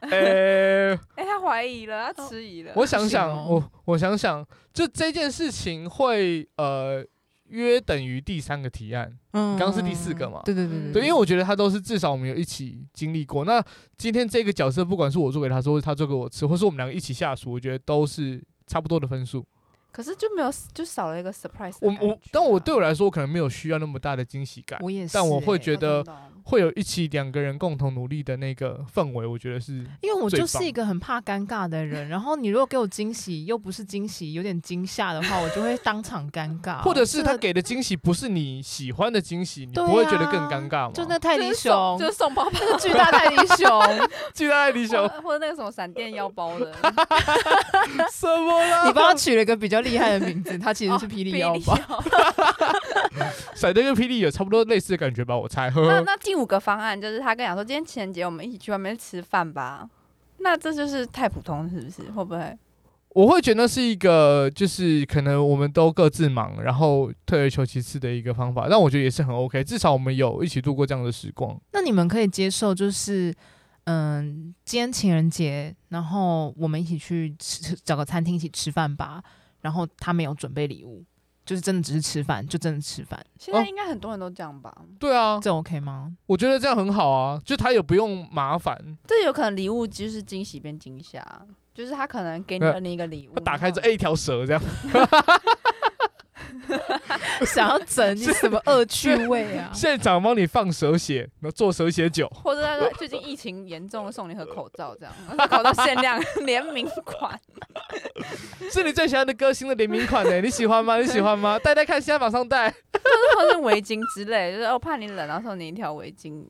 S1: 哎
S3: 哎、他怀疑了，他迟疑了。
S1: 哦我想想，
S2: 哦
S1: 我我想想，就这件事情会呃约等于第三个提案，
S2: 嗯，
S1: 刚刚是第四个嘛
S2: 对对对
S1: 对，因为我觉得他都是至少我们有一起经历过。那今天这个角色，不管是我做给他吃，或是他做给我吃，或是我们两个一起下厨，我觉得都是差不多的分数。
S3: 可是就没有，就少了一个 surprise 的
S1: 我
S3: 感觉啊。
S1: 我，但我对我来说，我可能没有需要那么大的惊喜感，
S2: 我也是欸、
S1: 但我会觉
S3: 我
S1: 得
S3: 懂懂
S1: 会有一起两个人共同努力的那个氛围，我觉得是
S2: 因为我
S1: 最
S2: 就是
S1: 棒
S2: 一个很怕尴尬的人，然后你如果给我惊喜又不是惊喜，有点惊吓的话，我就会当场尴尬，
S1: 或者是
S2: 哦这
S1: 他
S2: 个
S1: 给的惊喜不是你喜欢的惊喜，你
S2: 对
S1: 不会觉得
S2: 啊
S1: 更尴尬吗？
S2: 就那泰
S3: 就
S2: 迪
S3: 是
S2: 熊
S3: 送，就是送包包，
S2: 那个巨大泰迪熊，
S1: 巨大爱理
S3: 或
S1: 想
S3: 者或者那个什么闪电腰 包的，
S1: 什么 啦？
S2: 你帮他取了一个比较厉害的名字，它其 实是霹雳腰包。
S3: 包。
S1: 闪电跟霹雳有差不多类似的感觉吧？我猜。呵
S3: 那
S1: 呵
S3: 那第五个方案就是他跟你讲说，今天情人节我们一起去外面吃饭吧。那这就是太普通，是不是？会不会？
S1: 我会觉得是一个，就是可能我们都各自忙，然后退而求其次的一个方法，但我觉得也是很 OK，至少我们有一起度过这样的时光。
S2: 那你们可以接受，就是嗯，今天情人节，然后我们一起去吃，找个餐厅一起吃饭吧。然后他没有准备礼物，就是真的只是吃饭，就真的吃饭，
S3: 现在
S1: 哦
S3: 应该很多人都这样吧？
S1: 对啊，
S2: 这 OK 吗？
S1: 我觉得这样很好啊，就他也不用麻烦，
S3: 这有可能礼物就是惊喜变惊吓，就是他可能给你
S1: 呃
S3: 了你一个礼物，
S1: 他打开这
S3: 然后
S1: 哎一条蛇 这样，
S2: 想要整你什么恶趣味啊？
S1: 现场帮你放蛇血，然后做蛇血酒，
S3: 或者他说最近疫情严重，送你盒口罩这样， 口罩限量 联名 款。
S1: 是你最喜欢的歌星的联名款 呢、你喜欢吗？你喜欢吗？戴戴看，现在马上戴。
S3: 或是围巾之类，就是我、哦、怕你冷，然后送你一条围巾。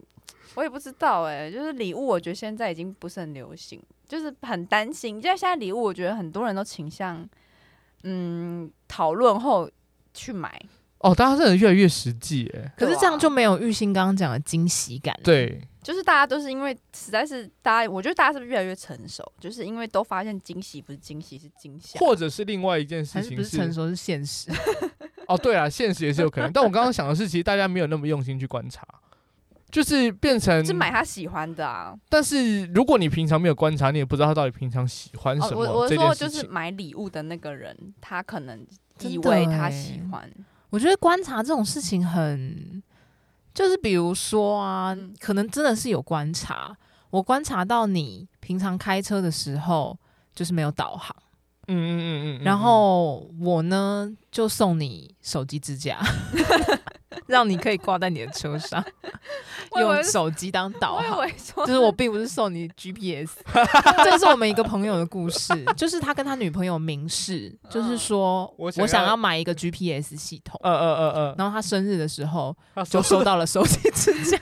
S3: 我也不知道哎、就是礼物，我觉得现在已经不是很流行，就是很担心。就像现在礼物，我觉得很多人都倾向，嗯，讨论后去买。
S1: 哦，大家真的越来越实际哎、
S2: 可是
S3: 对啊
S2: 这样就没有玉兴刚刚讲的惊喜感。，
S1: 对，
S3: 就是大家都是因为实在是大家，我觉得大家是不是越来越成熟？就是因为都发现惊喜不是惊喜是惊吓，
S1: 或者是另外一件事
S2: 还是
S1: 情
S2: 不是成熟是现实？
S1: 哦，对啊，现实也是有可能。但我刚刚想的是，其实大家没有那么用心去观察，就是变成
S3: 是买他喜欢的啊。
S1: 但是如果你平常没有观察，你也不知道他到底平常喜欢
S3: 哦
S1: 什，么、
S3: 我我
S1: 这
S3: 说
S1: 件
S3: 就
S1: 事
S3: 是
S1: 情。
S3: 买礼物的那个人，他可能
S2: 真
S3: 以
S2: 的
S3: 为
S2: 欸
S3: 他喜 欢，
S2: 我觉得观察这种事情很，就是比如说啊
S3: 嗯，
S2: 可能真的是有观察。我观察到你平常开车的时候就是没有导航，
S1: 嗯嗯嗯嗯嗯。
S2: 然后我呢就送你手机支 架，让你可以挂在你的车上，
S3: 我以为
S2: 用
S3: 是
S2: 手机当导
S1: 哦
S3: 我以
S2: 航。
S3: 为 说
S2: 就是我并不是送你 GPS，这 是我们一个朋友的故事，就是他跟他女朋友明 示，
S3: 嗯
S2: 就是说
S1: 我
S2: 我
S1: 想要
S2: 想要买一个 GPS 系统，
S1: 呃呃呃呃，
S2: 然后他生日的时 候
S1: 他
S2: 就收
S1: 到。
S2: 到了手机支架，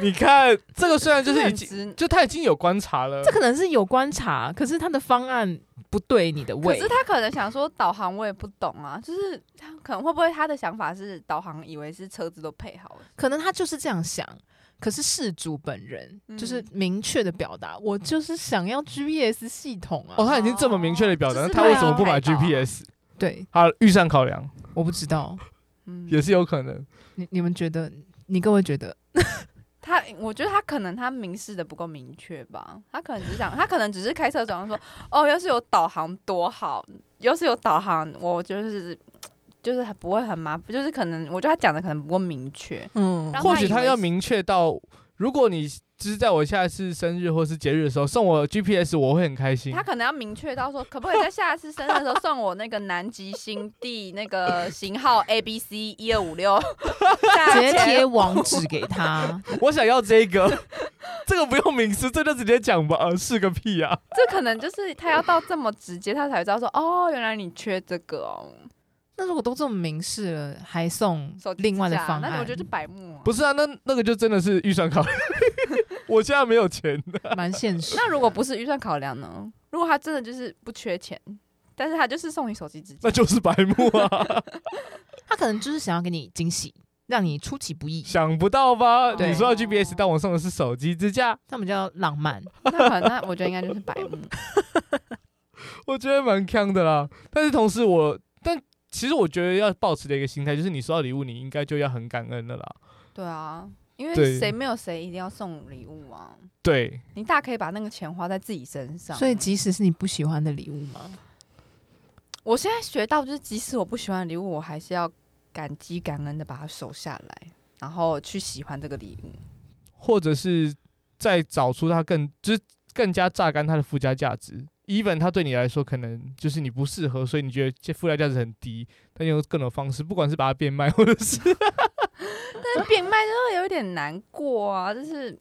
S1: 你 看这个虽然就是已
S3: 很
S1: 经，
S3: 直
S1: 就他已经有观察了，
S2: 这可能是有观察，可是他的方案不对你的
S3: 可
S2: 胃
S3: 是，他可能想说导航我也不懂啊，就是他可能会不会他的想法是导航以为是车子都配好了，
S2: 可能他就是这样想。可是事主本人
S3: 嗯
S2: 就是明确的表达，我就是想要 GPS 系统啊。
S1: 哦，他已经这么明确的表达，
S3: 哦
S1: 那他为什么不买
S3: 就是没有看到
S1: GPS？
S2: 对，
S1: 他预算考量
S2: 我不知道，
S3: 嗯，
S1: 也是有可能。
S2: 你你们觉得？你各位觉得？
S3: 他我觉得他可能他明示的不够明确吧，他可能只是想他可能只是开车转说哦，要是有导航多好，要是有导航我就是就是很不会很麻烦，就是可能我觉得他讲的可能不够明确，
S2: 嗯
S3: 然后
S1: 或
S3: 啊他
S1: 许
S3: 以
S1: 他
S3: 为
S1: 要
S3: 是
S1: 明确到，如果你就是在我下一次生日或是节日的时候送我 GPS，我会很开
S2: 嗯
S1: 心
S3: 他。可能要明确到说可不可以在下次生日的时候送我那个南极星地那个型号 A B C 一二五 六，
S2: 直接贴网址给他，
S1: 我想要这个， 这个不用明示，这就直接讲吧，呃，是个屁啊！
S3: 这可能就是他要到这么直接，他才知道说哦，原来你缺这个哦，
S2: 那如果都这么明示了，还送
S3: 手机
S2: 另外的
S3: 支架
S2: 方案，
S3: 那我觉得是白目、啊。
S1: 不是啊，那那个就真的是预算 考量。我现在没有钱，
S2: 蛮现实。
S3: 那如果不是预算考量呢？如果他真的就是不缺钱，但是他就是送你手机支架
S1: 那，就是白目 啊！
S2: 他可能就是想要给你惊喜，让你出其不意，
S1: 想不到吧？
S3: 对
S1: 你说到 GPS，但我送的是手机支架，
S2: 这样比较浪漫。
S3: 那可能那我觉得应该就是白 目。
S1: 我觉得蛮坑的啦。但是同时我，但其实我觉得要保持的一个心态就是，你收到礼物，你应该就要很感恩的啦。
S3: 对啊，因为
S1: 对
S3: 谁没有谁一定要送礼物啊？
S1: 对，
S3: 你大可以把那个钱花在自己身上。
S2: 所以，即使是你不喜欢的礼物嘛，
S3: 我现在学到就是，即使我不喜欢的礼物，我还是要感激感恩的把它收下来，然后去喜欢这个礼物。
S1: 或者是再找出它更就是更加榨干它的附加价值。 even 他对你来说可能就是你不适合，所以你觉得附加价值很低，但用各种方式，不管是把它变卖，或 者是。
S3: 但是变卖就会有一点难过啊，就是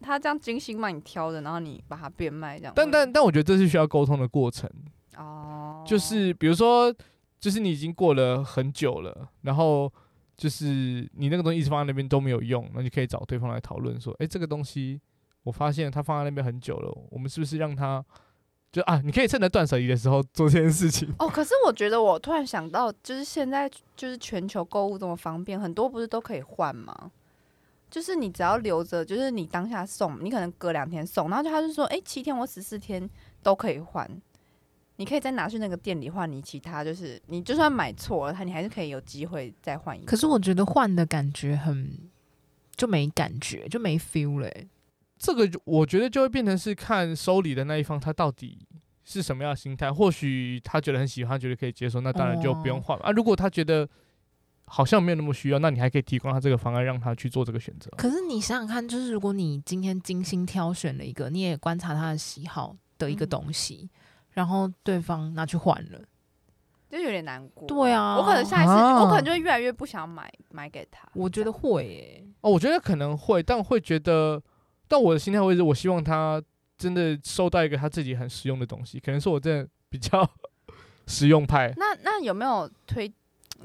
S3: 他这样精心帮你挑的，然后你把它变卖这样
S1: 但但但我觉得这是需要沟通的过程，
S3: 哦，
S1: 就是比如说，就是你已经过了很久了，然后就是你那个东西一直放在那边都没有用，那你可以找对方来讨论说，诶，这个东西我发现它放在那边很久了，我们是不是让它就啊，你可以趁着断舍离的时候做这件事情。
S3: 哦，可是我觉得我突然想到，就是现在就是全球购物这么方便，很多不是都可以换吗？就是你只要留着，就是你当下送，你可能隔两天送，然后就他就说，哎、七天或十四天都可以换，你可以再拿去那个店里换你其他，就是你就算买错了，他你还是可以有机会再换一个。
S2: 可是我觉得换的感觉很就没感觉，就没 feel 欸嘞、
S1: 这个就我觉得就会变成是看收礼的那一方他到底是什么样的心态。或许他觉得很喜欢，觉得可以接受，那当然就不用换嘛、啊。如果他觉得好像没有那么需要，那你还可以提供他这个方案，让他去做这个选择。啊
S2: 可是你想想看，就是如果你今天精心挑选了一个，你也观察他的喜好的一个
S3: 嗯
S2: 东西，然后对方拿去换了，
S3: 就有点难过。
S2: 对啊
S3: 我可能下一次、
S1: 啊
S3: 我可能就会越来越不想买买给他。
S2: 我觉得会欸耶、
S1: 哦，我觉得可能会，但会觉得，但我的心态会是，我希望他真的收到一个他自己很实用的东西。可能是我真的比较 实用派，
S3: 那那有没有推？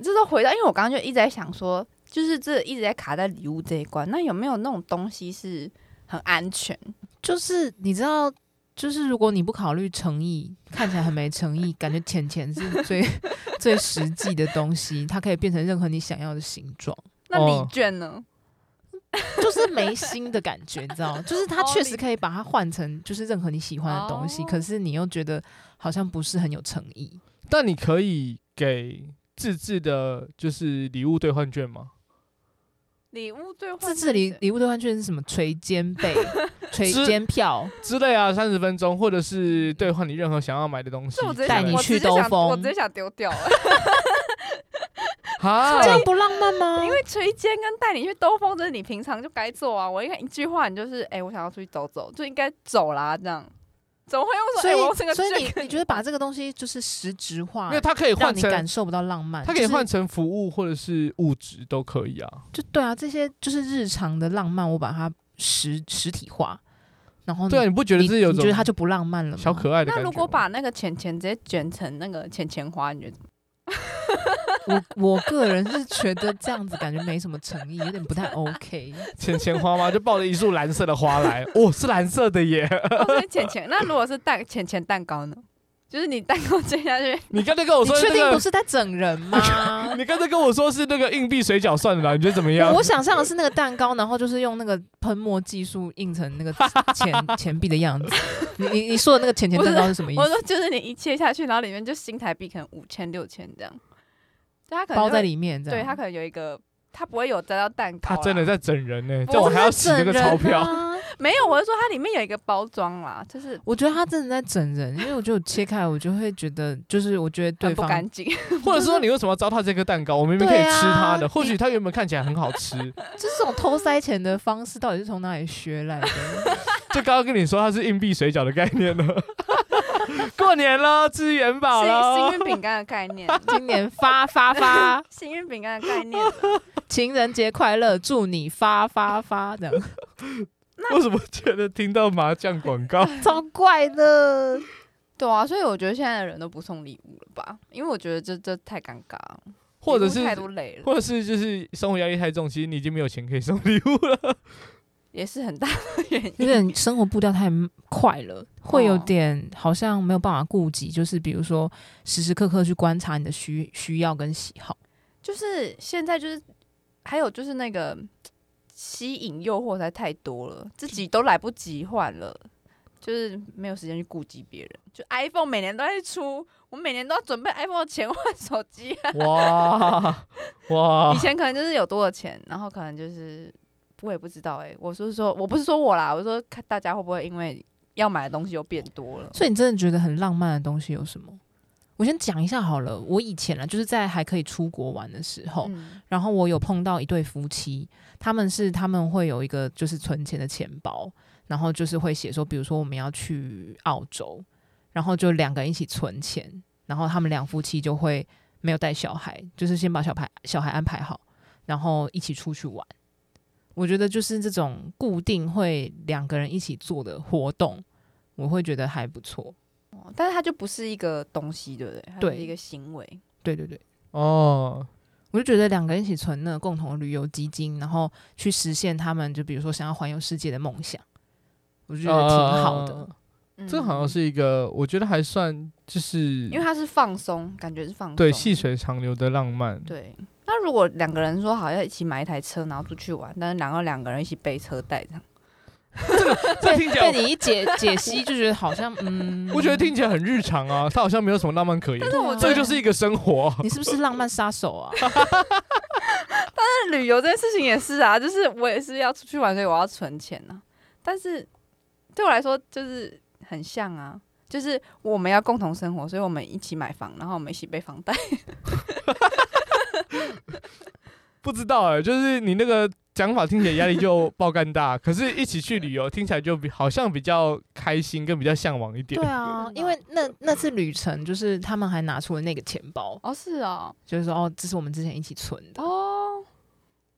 S3: 这都回到，因为我刚刚就一直在想说，就是这一直在卡在礼物这一关。那有没有那种东西是很安全？
S2: 就是你知道，就是如果你不考虑诚意，看起来很没诚 意，感觉钱钱是最 最实际的东西，它可以变成任何你想要的形状，
S3: 那
S1: 哦
S3: 礼券呢？
S2: 就是没心的感觉，你知道 吗？就是
S1: 哦
S2: 它确实可以把它换成就是任何你喜欢的东西，
S3: 哦
S2: 可是你又觉得好像不是很有诚意。
S1: 但你可以给自制的，就是礼物兑换券吗？
S3: 礼、物兑换
S2: 自制礼礼物兑换券是什么？垂肩 背、垂
S1: 之
S2: 肩票，
S1: 之类啊，三十分钟，或者是兑换你任何想要买的东西
S3: 这我直接
S1: 之
S2: 带
S3: 想
S1: 类
S2: 你
S1: 的
S3: 我
S2: 去
S3: 直接想
S2: 兜风
S3: 我直接想丢掉了。
S1: 哈
S2: 这，样不浪漫 吗？
S3: 因为垂肩跟带你去兜风，这是你平常就该做啊。我应该一句话，你就是哎、我想要出去走走，就应该走啦，这样。怎么会
S2: 所
S3: 用说？哎、
S2: 以
S3: 我用这个
S2: 所以
S3: 券
S2: 你你觉得把这个东西就是实质化
S1: 因为，它可以换
S2: 让你感
S1: 成，
S2: 受不到浪漫，
S1: 它可以
S2: 就是
S1: 换成服务或者是物质都可以啊。
S2: 就对啊，这些就是日常的浪漫，我把它实实体化，然后
S1: 对啊，
S2: 你
S1: 你不觉得
S2: 你
S1: 这有
S2: 你
S1: 种
S2: 觉得它就不浪漫了吗？
S1: 小可爱的感
S3: 那
S1: 觉吗？
S3: 如果把那个钱钱直接卷成那个钱钱花，你觉得怎么
S2: 我我个人是觉得这样子感觉没什么诚意，有点不 太 OK。
S1: 钱钱花吗？就抱着一束蓝色的花 来，哦，是蓝色的耶！
S3: 样？哦所以钱钱，那如果是蛋钱钱蛋糕呢？就是你蛋糕切下去，
S1: 你刚才跟我
S2: 你
S1: 说
S2: 确定
S1: 那
S2: 不
S1: 个，
S2: 是在整人 吗？
S1: 你刚才跟我说是那个硬币水饺算的啦，你觉得怎么样
S2: 我？我想象的是那个蛋糕，然后就是用那个喷墨技术印成那 个钱钱币的样子。你你你说的那个钱钱蛋糕是什么意
S3: 我
S2: 思？
S3: 说就是 你一切下去，然后里面就新台币可能五千六千这样，就它可能
S2: 包在
S3: 会，
S2: 里面这样。
S3: 对它可能有一个，它不会有沾到蛋糕啊
S1: 他
S3: 啦。
S1: 真的在整人呢、
S3: 不
S1: 叫我
S3: 是
S1: 还要洗那个钞
S2: 整人
S1: 票。
S2: 啊
S3: 没有，我是说它里面有一个包装啦，就是
S2: 我觉得他真的在整人，因为我觉得我切开，我就会觉得，就是我觉得对
S3: 很不
S2: 方
S3: 干净。
S1: 或者说你为什么要糟蹋这颗蛋糕？我明明可以
S2: 对啊
S1: 吃它的，
S2: 你
S1: 或许它原本看起来很好吃，
S2: 就是这种偷塞钱的方式，到底是从哪里学来的？
S1: 就刚刚跟你说它是硬币水饺的概念了。过年了，吃元宝
S3: 幸幸
S1: 了，
S3: 运饼干的概念，
S2: 今年发发发，
S3: 幸运饼干的概念。
S2: 情人节快乐，祝你发发发，这样
S1: 为什么觉得听到麻将广告？
S2: 超怪的。
S3: 对啊，所以我觉得现在的人都不送礼物了吧，因为我觉得这这太尴尬了，
S1: 或者
S3: 礼物
S1: 是
S3: 太多累了，
S1: 或者是就是生活压力太重，其实你已经没有钱可以送礼 物了。
S3: 也是很大的原因。
S2: 有点生活步调太快了，会有点好像没有办法顾及，就是比如说时时刻刻去观察你的需需要跟喜 好。
S3: 就是现在就是还有就是那个吸引诱惑实在太多了，自己都来不及换了，就是没有时间去顾及别人。就 iPhone 每年都在出，我每年都要准备 iPhone 的钱换手机、啊。
S2: 啊
S1: 哇哇
S3: 以！前可能就是有多少钱，然后可能就是我也不知道哎、我是说我不是说我啦，我说看大家会不会因为要买的东西又变多了。
S2: 所以你真的觉得很浪漫的东西有什么？我先讲一下好了，我以前啊，就是在还可以出国玩的时
S1: 哦
S2: 候，
S3: 嗯
S2: 然后我有碰到一对夫妻，他们是他们会有一个就是存钱的钱包，然后就是会写说，比如说我们要去澳洲，然后就两个人一起存钱，然后他们两夫妻就会没有带小孩，就是先把小孩小孩安排好，然后一起出去玩。我觉得就是这种固定会两个人一起做的活动，我会觉得还不错。
S3: 哦但是它就不是一个东西，对不对？它就
S2: 对
S3: 是一个行为。
S2: 对对对，
S1: 哦，
S2: 我就觉得两个人一起存那个共同的旅游基金，然后去实现他们就比如说想要环游世界的梦想，我就觉得挺好的。
S1: 啊
S3: 嗯
S1: 这好像，是一个，我觉得还算就是
S3: 因为它是放松，感觉是放松。
S1: 对细水长流的浪漫。
S3: 对。那如果两个人说好要一起买一台车，然后出去玩，但是然后两个人一起背车带这样，
S1: 这听起来
S2: 被你一解解析，就觉得好像嗯，
S1: 我觉得听起来很日常啊，它好像没有什么浪漫可言。
S3: 但是我
S1: 这
S3: 觉
S1: 个
S3: 得
S1: 就是一个生活。
S2: 你是不是浪漫杀手 啊？
S3: 但是旅游这件事情也是啊，就是我也是要出去玩，所以我要存钱啊。但是对我来说就是很像啊，就是我们要共同生活，所以我们一起买房，然后我们一起背房贷。
S1: 不知道哎、就是你那个讲法听起来压力就爆干大，可是一起去旅游听起来就比好像比较开心，跟比较向往一点
S2: 对。啊，因为那那次旅程就是他们还拿出了那个钱包，
S3: 哦，是哦，
S2: 就是说哦，这是我们之前一起存的。
S3: 哦，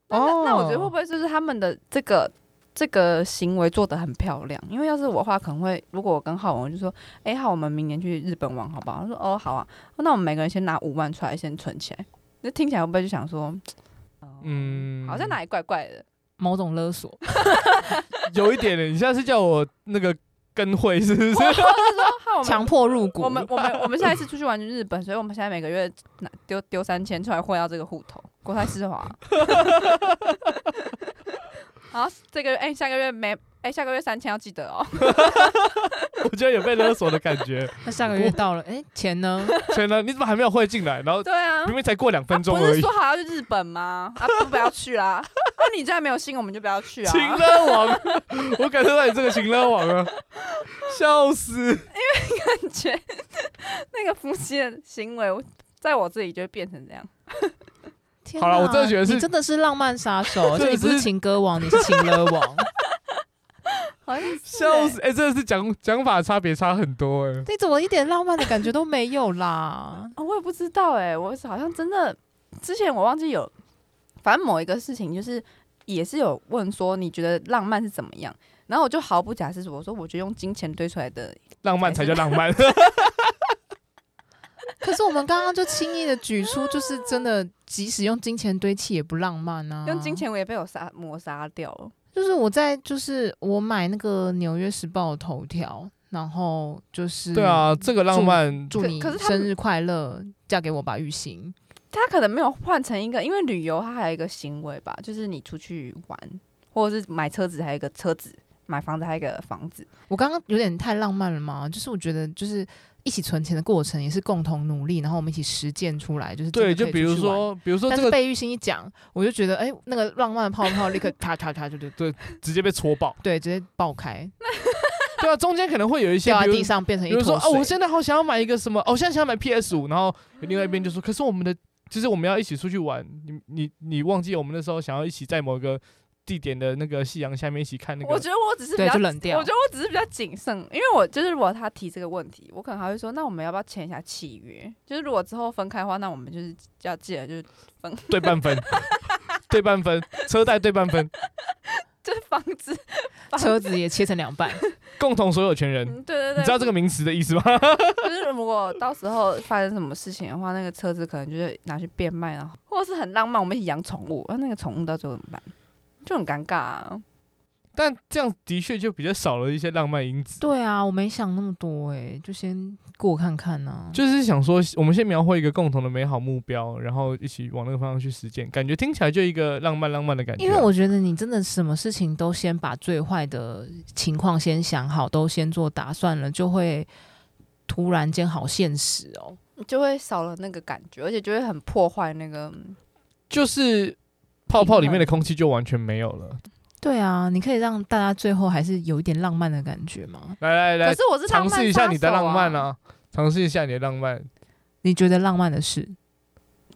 S3: 那那那我觉得会不会就是他们的这个这个行为做得很漂亮？因为要是我的话，可能会如果我跟浩文，我就说，哎、浩，我们明年去日本玩好不好？他说，哦，好啊，那我们每个人先拿五万出来，先存起来。那听起来会不会就想说，
S1: 嗯，
S3: 好像哪里怪怪的？
S2: 某种勒索，
S1: 有一点的。你下次叫我那个跟会是不是？
S3: 浩我们
S2: 强迫入股。
S3: 我们我们我们下一次出去玩去日本，所以我们现在每个月拿丢丢三千出来汇到这个户头，国泰世华。好，这个哎、下个月没哎、下个月三千要记得哦。
S1: 我觉得有被勒索的感觉。
S2: 那下个月到了，哎、钱呢？
S1: 所以呢，你怎么还没有会进来？然后
S3: 对啊，
S1: 明明才过两分钟
S3: 不
S1: 而
S3: 是
S1: 已。
S3: 说好要去日本吗？啊， 不不要去啦！那你既然没有信，我们就不要去啊。
S1: 情 勒王，我感受到你这个情勒王了，笑死！
S3: 感觉 那个夫妻的行为，我在我自己就会变成这样。
S2: 天
S1: 好啦
S2: 哪
S1: 我真的觉得是
S2: 你真的是浪漫杀手，
S1: 真
S2: 这
S1: 的
S2: 你不是
S1: 是
S2: 情歌王，你是情勒王。
S3: 好像是
S1: 笑
S3: 欸
S1: 死！哎、真的是讲讲法差别差很多哎、
S2: 你怎么一点浪漫的感觉都没有啦？
S3: 啊，我也不知道哎、我好像真的之前我忘记有，反正某一个事情就是也是有问说你觉得浪漫是怎么样，然后我就毫不假思索，我说我觉得用金钱堆出来的，
S1: 浪漫才叫浪 漫。
S2: 可是我们刚刚就轻易的举出，就是真的，即使用金钱堆砌也不浪漫啊。
S3: 用金，钱我也被我杀抹杀掉了。
S2: 就是我在就是我买那个《纽约时报》的头条，然后就是
S1: 对，啊，这个浪漫
S2: 祝
S3: 可
S2: 你
S3: 可是他
S2: 生
S3: 们
S2: 日快乐，嫁给我吧，玉兴。
S3: 他可能没有换成一个，因为旅游它还有一个行为吧，就是你出去玩，或者是买车子还有一个车子，买房子还有一个房子。
S2: 我刚刚有点太浪漫了嘛，就是我觉得就是一起存钱的过程也是共同努力，然后我们一起实践出来，就是真的
S1: 对，就
S2: 可以
S1: 比如
S2: 出去玩。
S1: 说，比如说
S2: 但
S1: 这
S2: 是
S1: 个
S2: 被玉兴一讲，我就觉得，哎、那个浪漫的泡泡立刻 啪啪啪就就
S1: 直接被戳 爆，
S2: 对，直接爆开，
S1: 对啊，中间可能会有一些，
S2: 掉在
S1: 比
S2: 地
S1: 如
S2: 上变成
S1: 比
S2: 一
S1: 如说哦，
S2: 坨
S1: 我
S2: 水。
S1: 现在好想要买一个什么，哦，我现在想要买 PS 五，然后另外一边就说，可是我们的就是我们要一起出去玩，你你你忘记我们那时候想要一起在某个地点的那个夕阳下面一起看那
S3: 我
S1: 个，
S3: 觉得我只是比
S2: 对，
S3: 较
S2: 就冷掉。
S3: 我觉得我只是比较谨慎，因为我就是如果他提这个问题，我可能还会说，那我们要不要签一下契约？就是如果之后分开的话，那我们就是要记得就是
S1: 对半 分，对半分，车贷对半分，
S3: 就是 房子，房
S2: 车子也切成两半，
S1: 共同所有权人，
S3: 嗯，对对
S1: 你
S3: 对，
S1: 知道这个名词的意思吗？
S3: 就是如果到时候发生什么事情的话，那个车子可能就是拿去变卖啊，或者是很浪漫，我们一起养宠物，那、那个宠物到最后怎么办？就很尴尬啊。
S1: 但这样的确就比较少了一些浪漫因子。
S2: 对啊，我没想那么多哎、就先过看看啊呢、
S1: 就是想说，我们先描绘一个共同的美好目标，然后一起往那个方向去实践，感觉听起来就一个浪漫浪漫的感觉啊。
S2: 因为我觉得你真的什么事情都先把最坏的情况先想好，都先做打算了，就会突然间好现实哦。
S3: 就会少了那个感觉，而且就会很破坏那个。
S1: 就是泡泡里面的空气就完全没有了。
S2: 对啊，你可以让大家最后还是有一点浪漫的感觉吗？
S1: 来来
S3: 嗯可
S1: 来，
S3: 是我是浪
S1: 尝
S3: 漫
S1: 试一下你的
S3: 杀手
S1: 浪漫
S3: 啊，
S1: 啊！尝试一下你的浪漫，
S2: 你觉得浪漫的事，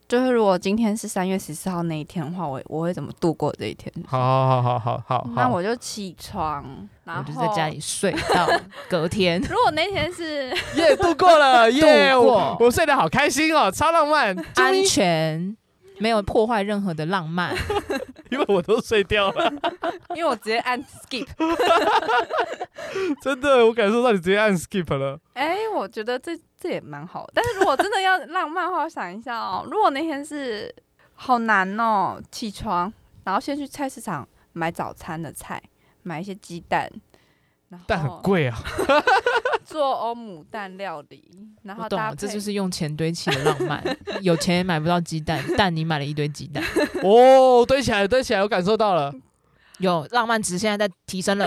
S3: 就是如果今天是三月十四号那一天的话，我我会怎么度过这一天？
S1: 好好好好好好，
S3: 那我就起床，然
S2: 我
S3: 后
S2: 就在家里。睡到隔 天。
S3: 如果那天是
S1: 耶度过 了耶，
S2: 度
S1: 我
S2: 过
S1: 我睡得好开心哦，超浪漫，
S2: 安全，没有破坏任何的浪漫。
S1: 因为我都睡掉 了，
S3: 因为我直接按 skip，
S1: 真的，我感受到你直接按 skip 了。
S3: 哎、我觉得这这也蛮好的。但是如果真的要浪漫的话，我想一下哦，如果那天是好难哦，起床，然后先去菜市场买早餐的菜，买一些鸡蛋，然
S1: 但很
S3: 后
S1: 贵 啊，
S3: 做欧姆蛋料理，然后
S2: 我懂
S3: 搭
S2: 了，
S3: 配
S2: 这就是用钱堆砌的浪 漫。有钱也买不到鸡蛋，但你买了一堆鸡 蛋。
S1: 哦，堆起来，堆起来，我感受到了，
S2: 有浪漫值现在在提升了，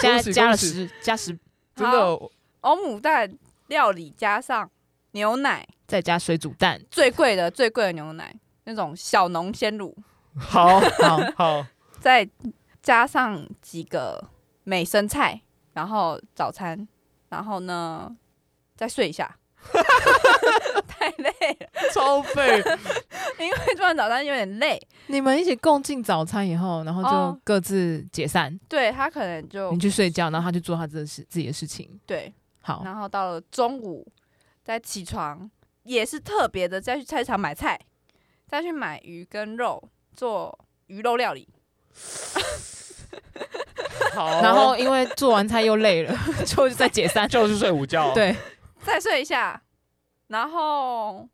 S2: 现在加了十，加十，
S1: 真的
S3: 好，欧姆蛋料理加上牛奶，
S2: 再加水煮蛋。
S3: 最贵的最贵的牛奶，那种小农鲜乳，
S1: 好
S2: 好，
S1: 好，
S3: 再加上几个美生菜，然后早餐，然后呢再睡 一下。太累了，
S1: 超费，
S3: 因为做完早餐有点累。
S2: 你们一起共进早餐以后，然后就
S3: 哦
S2: 各自解散，
S3: 对他可能就
S2: 你去睡觉，然后他去做他自己的事自己的事情。
S3: 对，
S2: 好，
S3: 然后到了中午再起床，也是特别的再去菜市场买菜，再去买鱼跟肉做鱼肉料理。
S1: 好，
S2: 然后因为做完菜又累了， 就再解 散。
S1: 就是睡午觉，，
S2: 对，
S3: 再睡一下，然后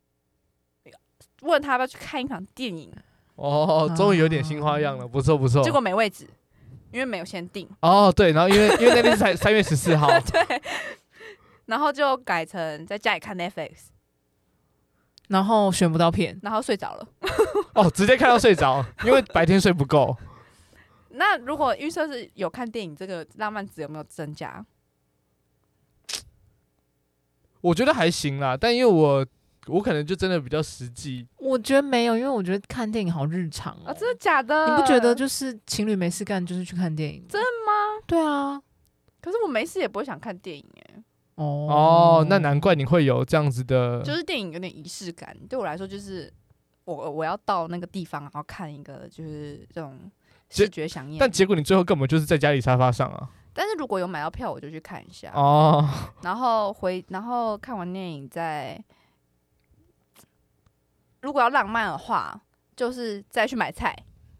S3: 问他要不要去看一场电影，
S1: 哦，终于有点新花样了，不错不
S2: 哦
S1: 错，
S3: 结果没位置，因为没有先定，
S1: 哦，对，然后因为因为那天是三三月十四 号，
S3: 然后就改成在家里看 Netflix，
S2: 然后选不到片，
S3: 然后睡着了。
S1: 哦，直接看到睡着，因为白天睡不够，
S3: 那如果预设是有看电影，这个浪漫值有没有增加？
S1: 我觉得还行啦，但因为我我可能就真的比较实际，
S2: 我觉得没有，因为我觉得看电影好日常哦。
S3: 啊、真的假的？
S2: 你不觉得就是情侣没事干就是去看电影？
S3: 真的
S2: 吗？对啊。
S3: 可是我没事也不会想看电影哎、
S2: 哦
S1: 哦，那难怪你会有这样子的，
S3: 就是电影有点仪式感，对我来说就是我我要到那个地方，然后看一个就是这种
S1: 结
S3: 视觉响应。
S1: 但结果你最后根本就是在家里沙发上啊，
S3: 但是如果有买到票，我就去看一下。
S1: 哦，
S3: 然后回，然后看完电影再，如果要浪漫的话，就是再去买菜，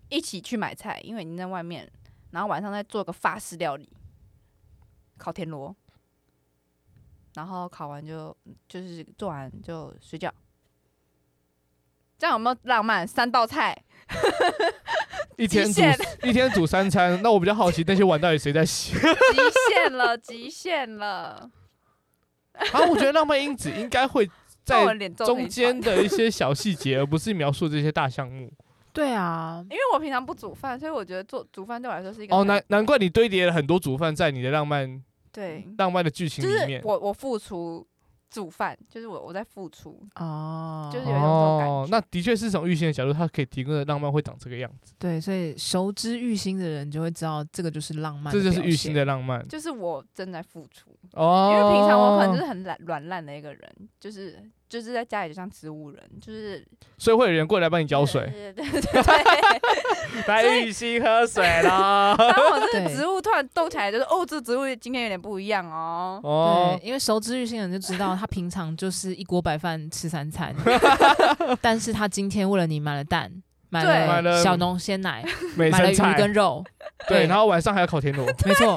S3: 一起去买菜，因为已经在外面，然后晚上再做个法式料理，烤田螺，然后烤完就就是做完就睡觉。这样有没有浪漫？三道菜，
S1: 一天
S3: 极
S1: 煮
S3: 限
S1: 一天煮三餐，那我比较好奇那些碗到底谁在洗
S3: 极限了，极限了！
S1: 啊？我觉得浪漫因子应该会
S3: 看我
S1: 在
S3: 脸皱成
S1: 中
S3: 一团
S1: 间的一些小细节，而不是描述这些大项目。
S2: 对啊，
S3: 因为我平常不煮饭，所以我觉得做煮饭对我来 说是一个
S1: 哦，
S3: 很
S1: 难难怪你堆叠了很多煮饭在你的浪漫
S3: 对
S1: 浪漫的剧情
S3: 就
S1: 里
S3: 是
S1: 面。
S3: 我我付出煮饭，就是我我在付出，
S2: 哦，
S3: 就是有一种这种感觉
S1: 哦，那的确是从预先的角度，它可以提供的浪漫会长这个样子，
S2: 对，所以熟知玉心的人就会知道这个就是浪漫，
S1: 这就是玉心。的浪漫
S3: 就是我正在付出，因
S1: 哦。
S3: 为平常我可能就是很懒软烂的一个人，就是就是在家里就像植物人，就是
S1: 所以会有人过来帮你浇水，
S3: 对对对对对。
S1: 来玉心喝水 啦。
S3: 当我这
S2: 对
S3: 个植物突然动起来，就是哦，这植物今天有点不一样哦。
S1: 哦
S2: 对，，因为熟知玉心的人就知道，他平常就是一锅白饭吃三餐，但是他今天为了你买了蛋，买
S3: 对
S1: 买了
S2: 了小农鲜奶，
S1: 美
S2: 买了
S1: 生
S2: 鱼
S1: 菜
S2: 跟肉，
S1: 对，
S2: 对
S1: 然后晚上还要烤田螺，
S2: 没错，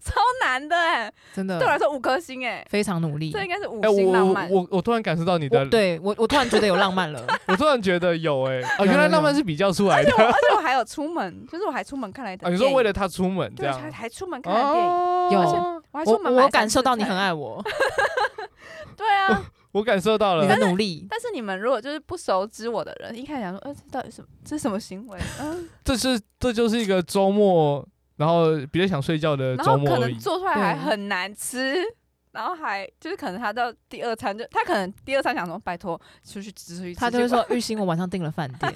S3: 超难的哎，
S2: 真的
S3: 对我来说五颗星哎，
S2: 啊非常努力
S3: 这。应该是五
S1: 哎，
S3: 星
S1: 我
S3: 浪
S1: 我
S3: 漫。
S1: 我我突然感受到你
S2: 我
S1: 的，
S2: 对我我突然觉得有浪漫了，
S1: 我突然觉得有 哎，啊，
S2: 有
S1: 原来
S2: 有
S1: 浪漫是比较出来的
S3: 而且我还有出门，就是我还出门看了一
S1: 啊。
S3: 场
S1: 你
S3: 电影。
S1: 说为了他出门这
S3: 对，
S1: 样啊
S3: 还，还出门看了电影，
S1: 哦，
S2: 有
S3: 我还
S2: 我
S3: 出门买
S2: 我
S3: 了
S2: 感
S3: 三
S2: 受
S3: 次
S2: 到你
S3: 菜
S2: 很爱我，
S3: 对啊，
S1: 我感受到
S2: 你
S1: 了
S2: 的。努力，
S3: 但是你们如果就是不熟知我的人，一开始想说，呃，这到底什么？这是什么行为？ 嗯、
S1: 这是这就是一个周末，然后比较想睡觉的
S3: 然
S1: 周
S3: 后
S1: 末
S3: 可
S1: 而
S3: 能
S1: 已。
S3: 做出来还
S2: 对
S3: 很难吃，然后还就是可能他到第二餐就他可能第二餐想说，拜托出去吃出去吃，
S2: 他就会
S3: 结 果
S2: 说玉心，我晚上订了饭店，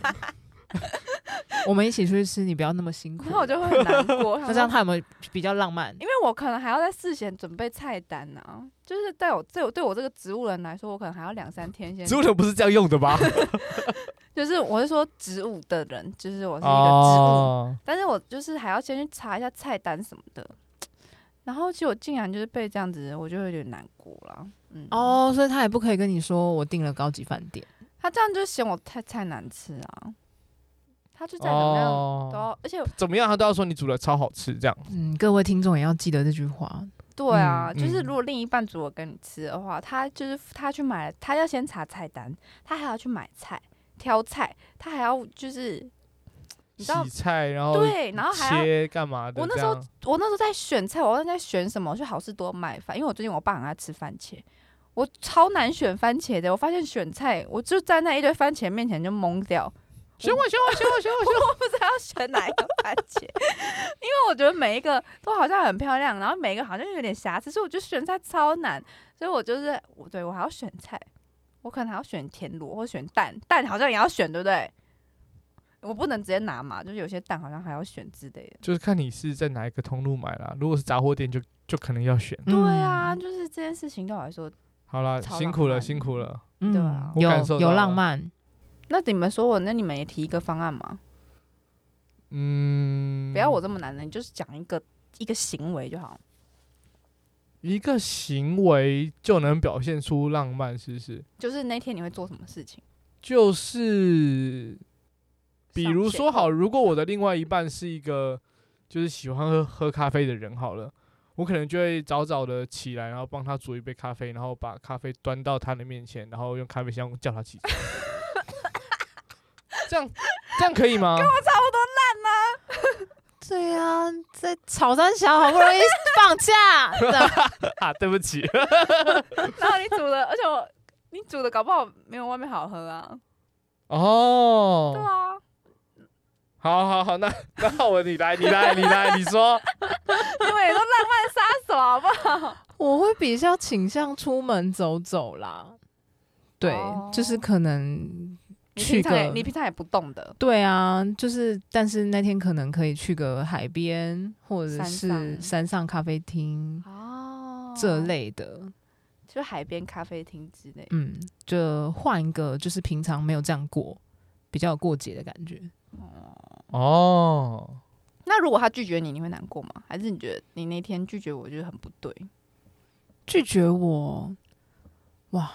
S2: 我们一起出去吃，你不要那么辛苦。
S3: 然后我就会很难 过。
S2: 那
S3: 想
S2: 这样
S3: 说
S2: 他有没有比较浪漫？
S3: 因为我可能还要在事先准备菜单呢、啊，就是对我对我对我这个植物人来说，我可能还要两三天先。
S1: 植物人不是这样用的 吧？
S3: 就是我是说植物的人，就是我是一个植物
S1: 哦，
S3: 但是我就是还要先去查一下菜单什么的。然后结果竟然就是被这样子，我就有点难过了。嗯，，
S2: 哦，所以他也不可以跟你说我订了高级饭店。
S3: 他这样就嫌我太菜难吃啊。他就再怎么样
S1: 哦
S3: 都要，而且
S1: 怎么样，他都要说你煮的超好吃这样。
S2: 嗯，各位听众也要记得这句话。
S3: 对啊，
S1: 嗯
S3: 就是
S1: 嗯
S3: 如果另一半煮我跟你吃的话，他就是他去买了，他要先查菜单，他还要去买菜、挑菜，他还要就是，你知道
S1: 洗菜，然后
S3: 对，然后还要
S1: 切干嘛的？
S3: 我那时候我那时候在选菜，我那时候在选什么？我去好事多买饭，因为我最近我爸很爱吃番茄，我超难选番茄的。我发现选菜，我就在那一堆番茄面前就懵掉，
S1: 选我选我选我选我选
S3: 我不知道要选哪一个番茄， 因为我觉得每一个都好像很漂亮，然后每一个好像有点瑕疵，所以我觉得选菜超难。所以我就是我对我还要选菜，我可能还要选田螺或选蛋，蛋好像也要选，对不对？我不能直接拿嘛，就是有些蛋好像还要选之类的。
S1: 就是看你是在哪一个通路买啦。如果是杂货店就，就可能要选。
S3: 对啊，
S2: 嗯，
S3: 就是这件事情对我来说
S1: 好啦，
S3: 超
S1: 辛苦了，
S3: 浪漫
S1: 辛苦了。
S2: 嗯
S3: 对啊
S1: 我感受
S2: 有
S1: 到
S2: 有
S1: 了
S2: 浪漫，
S3: 那你们说我，那你们也提一个方案嘛？
S1: 嗯，
S3: 不要我这么难的，你就是讲一个一个行为就好。
S1: 一个行为就能表现出浪漫，是不是？
S3: 就是那天你会做什么事情？
S1: 就是比如
S3: 上线嗯
S1: 说好，如果我的另外一半是一个就是喜欢喝喝咖啡的人，好了，我可能就会早早的起来，然后帮他煮一杯咖啡，然后把咖啡端到他的面前，然后用咖啡香叫他起 床。这样这样可以吗？
S2: 对啊，在草山小好不容易放 假，这样
S1: 啊，对不起，
S3: 然后你煮的，而且我你煮的搞不好没有外面好喝啊。对
S1: 哦，
S3: 啊，
S1: 好好好，那那我你来，你来，你来，你说，
S3: 你们也都浪漫杀手好不好？
S2: 我会比较倾向出门走走啦。对，
S3: 哦
S2: 就是可能
S3: 你
S2: 去
S3: 平常也
S2: 个
S3: 你平常也不动的，
S2: 对啊，就是但是那天可能可以去个海边，或者
S3: 山
S2: 是
S3: 上
S2: 山上咖啡厅
S3: 哦
S2: 这类的。
S3: 就海边咖啡厅之类。
S2: 嗯，就换一个，就是平常没有这样过，比较有过节的感觉。
S1: 哦，
S3: 那如果他拒绝你，你会难过吗？还是你觉得你那天拒绝我就是很不对？
S2: 拒绝我，哇！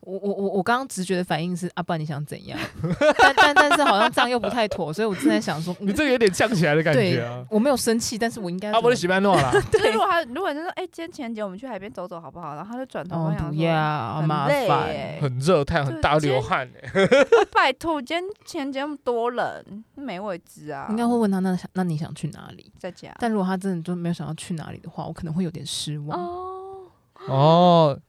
S2: 我我我我刚刚直觉的反应是阿啊爸你想怎样？ 但但但是好像这样又不太妥，所以我正在想说，
S1: 你
S2: 嗯、
S1: 这个有点呛起来的感
S2: 对
S1: 觉啊，
S2: 我没有生气，但是我应该
S1: 啊，我的
S2: 怎么
S1: 喜欢诺 啦，
S3: 就是如果他如果你就说哎，今天情人节我们去海边走走好不好？然后他就转头跟我
S2: 哦
S3: 讲
S2: 不
S3: 说，
S2: 要好麻
S3: 很累
S2: 烦
S3: 耶，
S1: 很热，太阳很大，
S3: 对
S1: 流汗欸
S3: 拜托，今天情人节那么多人，没位置啊。
S2: 应该会问他那想那你想去哪里？
S3: 在家。
S2: 但如果他真的就没有想要去哪里的话，我可能会有点失望。
S3: 哦，
S1: 哦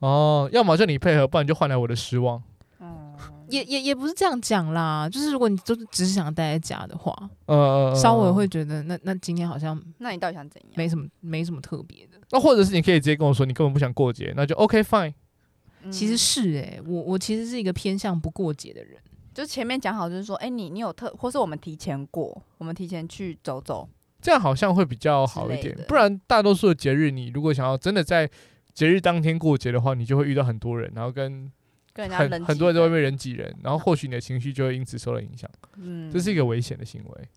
S1: 哦，要么就你配合，不然就换来我的失望。
S3: 嗯，
S2: 也也也不是这样讲啦，就是如果你就是只是想待在家的话，
S1: 呃，
S2: 稍微会觉得那那今天好像
S3: 那你到底想怎样？
S2: 没什么没什么特别的。
S1: 那或者是你可以直接跟我说你根本不想过节，那就 OK fine。
S3: 嗯
S2: 其实是诶、我我其实是一个偏向不过节的人。
S3: 就前面讲好，就是说，哎、你你有特，或是我们提前过，我们提前去走走。
S1: 这样好像会比较好一
S3: 之类
S1: 点
S3: 的，
S1: 不然大多数的节日，你如果想要真的在节日当天过节的话，你就会遇到很多人，然后跟
S3: 跟人家人
S1: 很很多人在外面人挤人，
S2: 嗯
S1: 然后或许你的情绪就会因此受到影响，
S3: 嗯
S1: 这是一个危险的行为。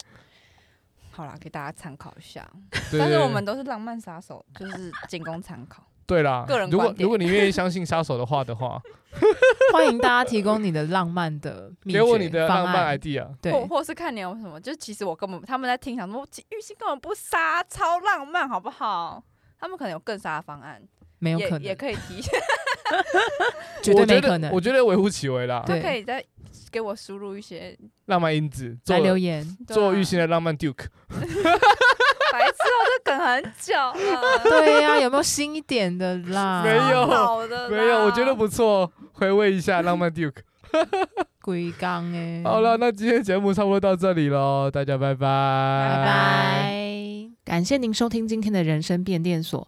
S3: 好啦，给大家参考一下。
S1: 对
S3: 但是
S1: 对
S3: 我们都是浪漫杀手，就是仅供参考。
S1: 对啦
S3: 个人，
S1: 如果
S3: 观点
S1: 如果你愿意相信杀手的话的 话，
S2: 欢迎大家提供你的浪漫的秘
S1: 给我你
S2: 诀
S1: 的
S2: 方
S1: 浪漫
S2: 案。
S1: idea。
S2: 对，
S3: 或或是看你有什么，就是其实我根本他们在听，想说其玉鑫根本不杀，超浪漫，好不好？他们可能有更杀的方案，
S2: 没有
S3: 也
S2: 可
S3: 也
S2: 能，
S3: 可以提，
S2: 绝
S1: 我
S2: 对
S1: 觉
S2: 没可
S1: 得
S2: 能
S1: 我。觉得微乎其微啦，
S2: 对
S3: 可以再给我输入一些
S1: 浪漫因子做
S2: 来留言。
S1: 做玉
S3: 玉
S1: 鑫的浪漫 Duke。
S3: 白痴哦，这梗很久了，
S2: 对呀、有没有新一点的啦？
S1: 没有
S3: 好的啦
S1: 没有，我觉得不错，回味一下浪漫 Duke。
S2: 鬼刚哎。
S1: 好了，，那今天节目差不多到这里喽，大家拜拜，
S2: 拜
S1: 拜
S2: 拜。感谢您收听今天的人生变电所，